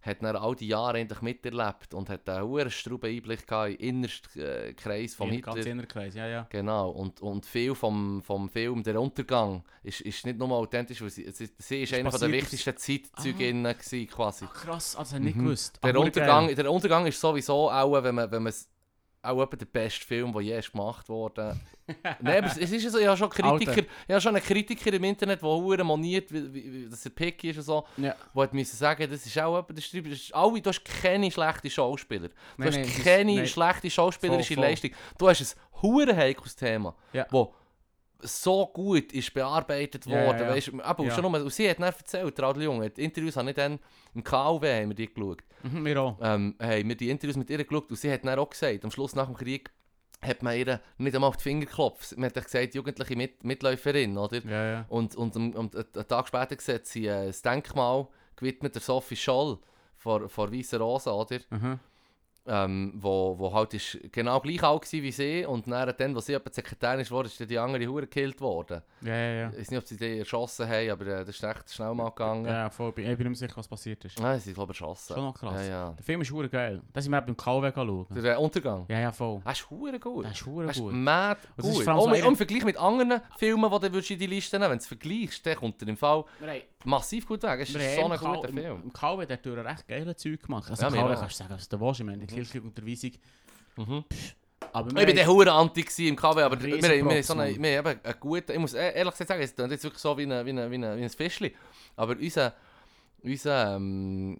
A: hat dann all die Jahre endlich miterlebt und hat einen hohen strauben Einblick gehabt in den innersten äh, Kreis vom
B: Vom
A: Hitler.
B: Ganz Innerkreis, ja, ja.
A: Genau, und, und viel vom, vom Film «Der Untergang» ist, ist nicht nur authentisch, weil sie, sie, sie ist
B: Ist
A: eine von der
B: passiert,
A: wichtigsten Zeitzeuginnen gewesen, quasi.
B: Ach, krass, also hab ich nicht
A: Mhm.
B: gewusst.
A: Der
B: Aber
A: Untergang,
B: geil.
A: der Untergang ist sowieso auch, wenn man, wenn man es- auch etwa der beste Film, der je ist gemacht wurde. Nein, aber es es ist ja so, ich habe schon Kritiker,
B: Alter.
A: ich habe schon einen Kritiker im Internet, der hure moniert, wie, wie, wie- dass er picky ist und so,
B: Ja.
A: wo hat müssen sagen, das ist auch etwa der Streiber, das ist alle, du hast keine schlechten Schauspieler. Du
B: Nein,
A: hast
B: nein, das ist-
A: keine
B: nein.
A: schlechte schauspielerische
B: Voll, voll.
A: Leistung. Du hast ein hure heikles Thema,
B: Ja.
A: wo so gut ist bearbeitet
B: Ja, ja,
A: worden, ah,
B: ja.
A: weißt du, aber
B: Ja.
A: schon nur, und sie hat dann erzählt, der Adel Junge, die Interviews habe ich dann, im KW haben wir die geschaut
B: Mhm, wir auch.
A: ähm, haben wir die Interviews mit ihr geschaut und sie hat dann auch gesagt, am Schluss nach dem Krieg hat man ihr nicht einmal auf die Finger geklopft. Man hat doch gesagt, jugendliche mit Mitläuferin, oder?
B: Ja, ja.
A: Und, und, und, und einen Tag später sieht sie äh, das Denkmal gewidmet der Sophie Scholl vor, vor Weißer Rosa, oder?
B: Mhm.
A: Ähm, wo, wo halt ist genau gleich alt war wie sie und dann, dann als sie etwa die Sekretärin ist worden, ist dann die andere Hure gekillt worden.
B: Ja, ja, ja.
A: Ich weiß nicht, ob sie die erschossen haben, aber äh, das ist echt schnell mal gegangen.
B: Ja, voll. Ich bin ich bin nicht mehr sicher, was passiert ist.
A: Nein, sie ist glaube ich erschossen.
B: Schon noch krass.
A: Ja, ja.
B: Der Film ist hure geil. Das sind wir beim KW schauen.
A: Der äh, Untergang.
B: Ja, ja, voll.
A: Das ist hure gut.
B: Das ist hure
A: Das ist
B: gut.
A: mad
B: Und das ist
A: gut.
B: vor allem
A: Auch
B: so
A: im-
B: eine-
A: auch im Vergleich mit anderen Filmen, die du würdest in die Liste nehmen wenn du es vergleichst, dann kommt er im Fall
B: Wir haben-
A: massiv gut weg. Es
B: wir
A: ist so
B: haben
A: ein
B: im Kau-
A: guter
B: im-
A: Film.
B: Im KW hat er durch recht geile Zeug gemacht. Also
A: Ja,
B: im
A: wir
B: KW
A: auch.
B: kannst du sagen, was du willst. Ich meine, die kirchliche Unterweisung.
A: Mhm.
B: Pff, Aber
A: Ich bin der hure Anti gewesen im KW, aber wir,
B: Riesen
A: wir, haben- wir, haben
B: Props,
A: so eine,
B: Mann.
A: wir haben eben einen guten, ich muss e- ehrlich gesagt sagen, es klingt jetzt wirklich so wie ein, wie ein, wie ein, wie ein Fischli, aber unser, unser ähm,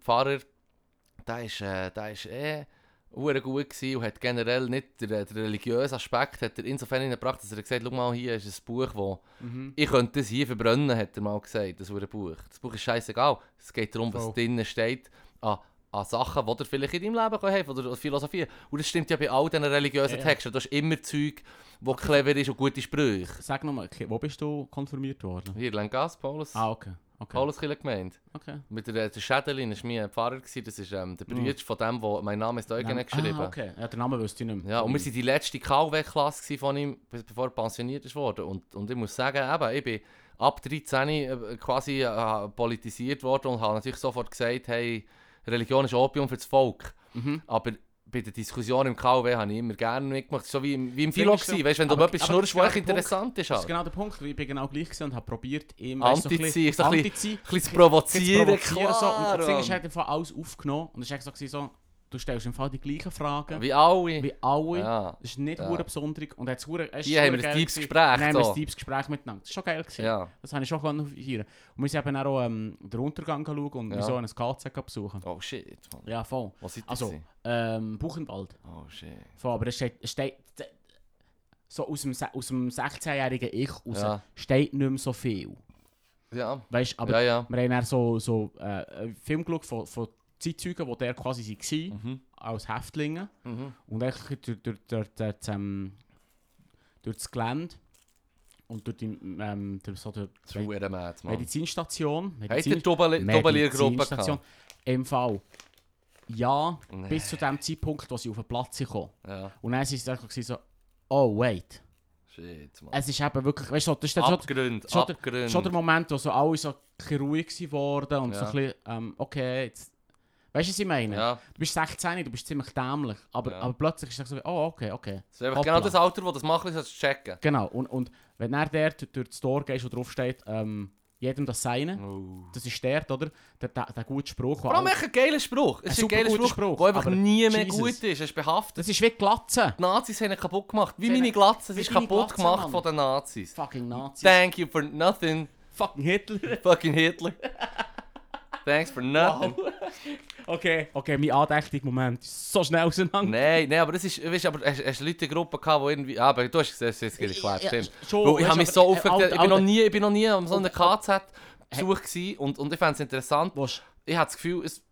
A: Fahrer, der ist, äh, der ist eh hure gut gewesen und hat generell nicht den, den religiösen Aspekt hat er insofern hineingebracht, dass er gesagt hat, schau mal, hier ist ein Buch, das
B: Mhm.
A: Ich könnte das hier verbrennen, hat er mal gesagt, das wurde Buch. Das Buch ist scheißegal. Es geht darum, was
B: Voll.
A: drinnen steht an, an Sachen, die du vielleicht in deinem Leben gehabt hast, oder an Philosophie. Und das stimmt ja bei all diesen religiösen
B: Ja, ja.
A: Texten. Du hast immer Zeug, wo clever ist und gute Sprüche.
B: Sag nochmal, wo bist du konfirmiert worden?
A: Hier, Langas, Paulus.
B: Ah, okay. Okay.
A: Paulus gemeint.
B: okay.
A: Mit der, der Schädelin war mein Pfarrer, gewesen. das ist ähm, der Bruder von dem, der mein Name ist Eugen hat geschrieben
B: Mm. Ah, okay. Ja, den Namen wüsste ich nicht mehr.
A: Ja, und wir waren die letzte Kalweg-Klasse von ihm, be- bevor er pensioniert ist worden. Und, und ich muss sagen, eben, ich bin ab 13 äh, quasi äh, politisiert worden und habe natürlich sofort gesagt, hey, Religion ist Opium für das Volk.
B: Mhm.
A: Aber bei der Diskussion im KW habe ich immer gerne mitgemacht. So wie, im- wie im
B: Ding
A: Philo
B: ist so-
A: gewesen, weißt du, wenn du
B: aber-
A: aber, etwas
B: aber
A: schnurrst,
B: das ist
A: was echt
B: genau der
A: interessant ist.
B: Das ist
A: Halt.
B: genau der Punkt, weil ich bin genau gleich gewesen und habe probiert, ihm
A: Anti zu sein, so
B: so
A: ein
B: ein
A: bisschen-
B: bisschen anti zu sein.
A: Ein bisschen zu
B: provozieren,
A: provozieren,
B: provozieren so.
A: klar.
B: Und das Ding ist
A: Mann.
B: halt im Fall alles aufgenommen. Und es war so, gewesen, so, du stellst im Fall die gleichen Fragen halt- wie,
A: Wie alle.
B: alle.
A: ja.
B: Das ist nicht
A: Ja.
B: hure besonders. Und jetzt hure, es ist
A: Hier haben wir
B: hure
A: ein
B: geil
A: deepes
B: gewesen.
A: Gespräch,
B: Nein, wir haben
A: so.
B: ein deepes Gespräch miteinander. Das war schon geil. Gewesen.
A: ja.
B: Das habe ich schon können feiern. Und wir sind eben dann auch ähm, den Untergang schauen und
A: Ja.
B: wir so ein KZ besuchen.
A: Oh shit. Mann.
B: Ja, voll.
A: Was seid ihr?
B: Also,
A: gewesen?
B: ähm, Buchenwald.
A: Oh shit.
B: Voll, aber es steht, es steht so aus dem, se- aus dem 16-jährigen Ich raus
A: Ja.
B: steht nicht mehr so viel.
A: Ja.
B: Weißt du,
A: ja,
B: aber
A: ja.
B: wir haben dann so, so äh, einen Film geschaut von, von Zeitzeugen, die der quasi waren.
A: Mhm.
B: als Häftlinge
A: Mhm.
B: und eigentlich durch, durch, durch, durch, das, ähm, durch das Gelände und durch die ähm, durch so die
A: Das ist verdammt mad, Mann.
B: Medizinstation.
A: Habt ihr die Dobeli- Dobelier-Gruppe
B: Medizinstation.
A: gehabt? Äh.
B: MV. Ja,
A: Nee.
B: bis zu dem Zeitpunkt, wo sie auf den Platz kamen.
A: Ja,
B: Und dann sind sie einfach so, oh wait.
A: shit, Mann.
B: Es ist eben wirklich, weißt du, das ist dann schon,
A: Abgrund,
B: schon der-
A: Abgrund.
B: schon der Moment, wo so alle so ein bisschen ruhig wurden und so
A: Ja.
B: ein bisschen, ähm, okay, jetzt. Weißt du, was ich meine?
A: Ja,
B: Du bist 16, du bist ziemlich dämlich, aber,
A: Ja.
B: aber plötzlich ist es so, wie, oh, okay, okay.
A: das ist einfach
B: Hoppla.
A: genau das Alter, wo das machen, ist, das zu checken.
B: Genau, und, und wenn er der durch das Tor gehst, wo draufsteht, ähm, jedem das Seine,
A: Oh.
B: das ist der, oder? Der, der, der gute Spruch. wo
A: Vor allem
B: alle-
A: echt ein geiler Spruch. Es
B: Ein
A: ist ein geiler
B: superguter
A: Spruch,
B: Spruch,
A: der einfach
B: aber
A: nie mehr
B: Jesus.
A: gut ist. Es ist behaftet.
B: Das ist wie Glatze.
A: Die Nazis haben ihn kaputt gemacht. Wie
B: Sie
A: meine
B: haben-
A: Glatze. Es
B: wie
A: ist
B: deine
A: kaputt
B: Glatze,
A: gemacht
B: Mann.
A: von den Nazis.
B: Fucking Nazi.
A: Thank you for nothing,
B: Fucking Hitler.
A: fucking Hitler. Thanks for nothing.
B: Okay, okay, mein andächtiger Moment ist so schnell auseinander.
A: Nein, nein, aber das ist, weißt, du, aber hast, hast du Leute in Gruppen gehabt, die irgendwie, ah, aber du hast gesehen, es ist jetzt geklärt,
B: Ja,
A: stimmt.
B: schon,
A: Weil ich
B: weißt
A: habe
B: du,
A: mich so
B: aber, äh,
A: aufgeregt,
B: Alter,
A: ich bin noch
B: Alter. Oh,
A: nie, ich bin noch nie an so einem
B: Und-
A: KZ-Besuch gewesen und, und ich fände es interessant.
B: Was?
A: Ich habe das Gefühl, es,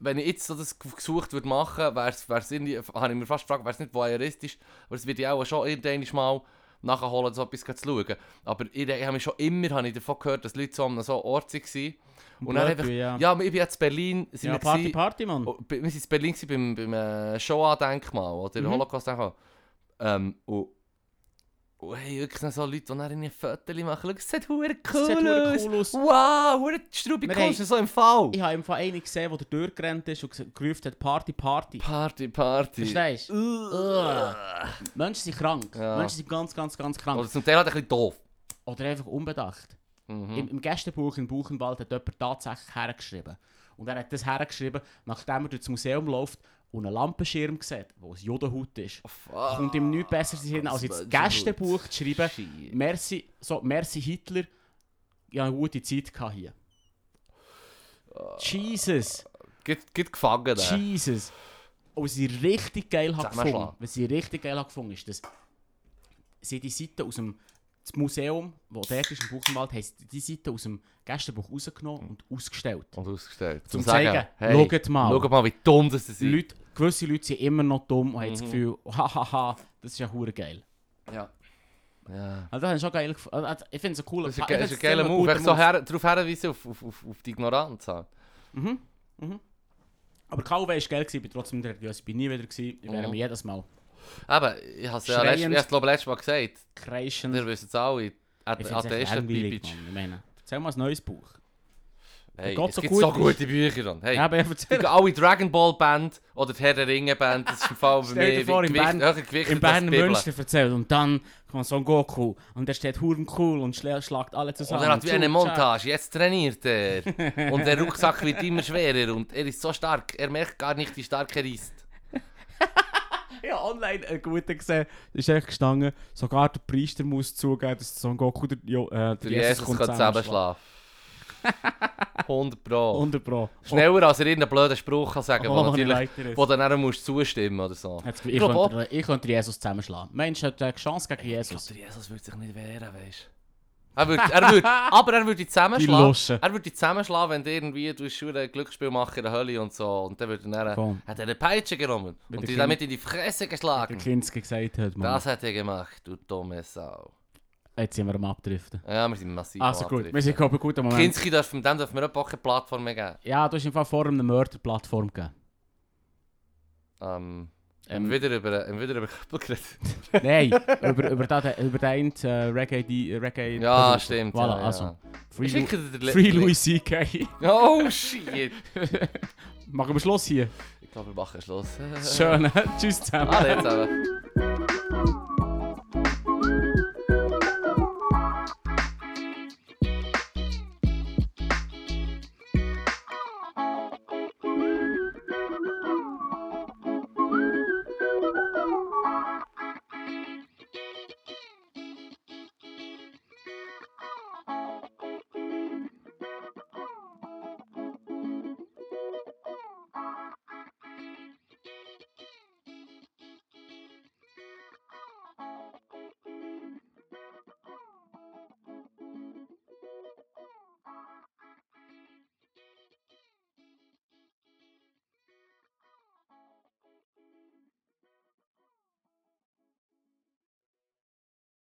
A: wenn ich jetzt so das gesucht würde machen, wäre es irgendwie, habe ich mir fast gefragt, wäre es nicht voyeuristisch, aber es wird ja auch schon irgendwann mal nachholen, so etwas zu schauen. Aber ich, ich habe mich schon immer habe ich davon gehört, dass Leute so an so einem Ort waren. Und dann
B: Blöd,
A: einfach,
B: ja.
A: ja. aber ich bin jetzt in Berlin, sind
B: Ja,
A: wir
B: Party,
A: gewesen-
B: Party, Mann.
A: Oh, bei- Wir waren in Berlin gewesen beim, beim äh, Shoah-Denkmal oder
B: Mhm.
A: Holocaust-Denkmal. Ähm, und und hey, wirklich noch so Leute, die dann irgendwie Fotos machen. Schau, es sieht verdammt
B: Das sieht
A: cool
B: verdammt
A: aus.
B: cool aus.
A: Wow, verdammt strubig
B: Wir
A: cool.
B: haben-
A: ist so im Fall.
B: Ich habe im Fall einen gesehen, der durchgerannt ist und ges- gerufen hat, Party, Party.
A: Party, Party.
B: Verstehst du?
A: Uah.
B: Menschen sind krank.
A: Ja.
B: Menschen sind ganz, ganz, ganz krank.
A: Oder zum Teil halt ein bisschen doof.
B: Oder einfach unbedacht.
A: Mhm.
B: Im, Im Gästebuch in Buchenwald hat jemand tatsächlich hergeschrieben. Und er hat das hergeschrieben, nachdem er durchs Museum läuft und einen Lampenschirm sieht, wo es Judenhut ist.
A: Fuck.
B: Kommt ihm nichts besser Sinn, als
A: Ah, das Menschenhut.
B: ins Gästebuch zu schreiben,
A: Shit.
B: merci, so, merci Hitler, ich habe eine gute Zeit gehabt hier.
A: Ah.
B: Jesus,
A: Geht geht gefangen da.
B: Jesus. Und was ich richtig geil habe
A: Zusammenschlagen.
B: gefunden, was ich richtig geil habe gefunden, ist, dass sie die Seite aus dem das Museum, wo dort ist, im Buchenwald, haben sie die Seite aus dem Gästebuch rausgenommen und ausgestellt.
A: Und ausgestellt.
B: Zum zeigen, schaut mal.
A: Schaut mal, wie dumm das ist.
B: Leute, gewisse Leute sind immer noch dumm und haben
A: Mhm.
B: das Gefühl, hahaha, das ist ja hure geil.
A: Ja. Ja.
B: Also, das habe ich schon geil gefunden. Also, Ich finde es ein cooler
A: Das ist ein,
B: ich
A: ge- ist ein
B: finde es
A: geiler
B: ziemlich
A: Move.
B: guter
A: Ich so her, darauf hinweisen, auf, auf, auf, auf die Ignoranz. halt.
B: Aber Calvin war geil, gewesen, ich bin trotzdem religiös. Ich bin nie wieder, gewesen. ich werde
A: Mhm.
B: mir jedes Mal
A: Eben, ich habe es ja
B: Schreiend.
A: letzt, ich hab's, glaub, letztes Mal gesagt.
B: kreischen.
A: Ihr wisst es alle.
B: Ich
A: At-
B: finde es echt
A: Atheisten
B: langweilig,
A: Bibic.
B: Mann. Ich meine, erzähl mal ein neues Buch.
A: Hey,
B: Gott
A: es
B: so
A: gibt
B: gut
A: so
B: ist.
A: gute Bücher. Dann. Hey,
B: Ja, aber
A: die
B: erzähl.
A: alle Dragon Ball Band oder die Herr der Ringe Band. Das ist im Fall bei
B: Stell dir
A: mir
B: vor, in Bern-
A: höher gewichtet
B: In
A: als
B: Bern
A: die Bibel.
B: Münster erzählt und dann kommt Son Goku und der steht Huren cool und schlä- schlagt alle zusammen.
A: Und er hat wie
B: Zu-
A: eine
B: tschau.
A: Montage, jetzt trainiert er. Und der Rucksack wird immer schwerer und er ist so stark, er merkt gar nicht, wie stark er ist.
B: Ja, online einen guten gesehen, da ist echt gestanden, sogar der Priester muss zugeben, dass Son Goku der, jo, äh,
A: Der Jesus kann zusammenschlafen. 100 Pro.
B: Wunderbar.
A: Schneller als er irgendeinen blöden Spruch kann sagen
B: Oh,
A: kann,
B: oh,
A: natürlich,
B: ich like this.
A: wo du dann auch musst zustimmen oder so.
B: Oh, Jetzt,
A: Ich
B: ich,
A: glaub
B: könnte, ich könnte Jesus zusammenschlagen. Mensch, hat eine Chance gegen
A: Ich
B: Jesus.
A: glaub, der Jesus würde sich nicht wehren, weißt du. Er würde, er würde, aber er würde dich
B: Die
A: zusammenschlagen.
B: Lusche.
A: Er würde dich zusammenschlagen, wenn du irgendwie du schon ein Glücksspiel machen in der Hölle und so. Und dann würde er dann,
B: Komm.
A: hat er eine Peitsche genommen und
B: Mit der
A: dich
B: Kin-
A: damit in die Fresse
B: Der
A: geschlagen.
B: Kinski gesagt hat, Mann.
A: Das hat er gemacht, du dumme Sau.
B: Jetzt sind wir am Abdriften.
A: Ja, wir sind massiv.
B: Also
A: am
B: gut,
A: Abdriften.
B: wir sind gerade gut am Moment.
A: Kinski darf dem dürfen wir auch keine Plattform mehr geben.
B: Ja, du hast im Fall vor einem Mörder Plattform gegeben.
A: Ähm,
B: Ähm.
A: Wieder über, haben wieder über Köppel geredet.
B: Nein, über, über, das, über den äh, Reggae... Die, Reggae
A: Ja,
B: Producer.
A: stimmt.
B: Voilà,
A: ja, ja.
B: also. Free,
A: Ich
B: Lu
A: schicke dir den Le-
B: Free
A: Le-
B: Louis C.K.
A: Oh shit!
B: Machen wir Schluss hier.
A: Ich glaube, wir machen Schluss.
B: Schön, tschüss zusammen.
A: Alle zusammen.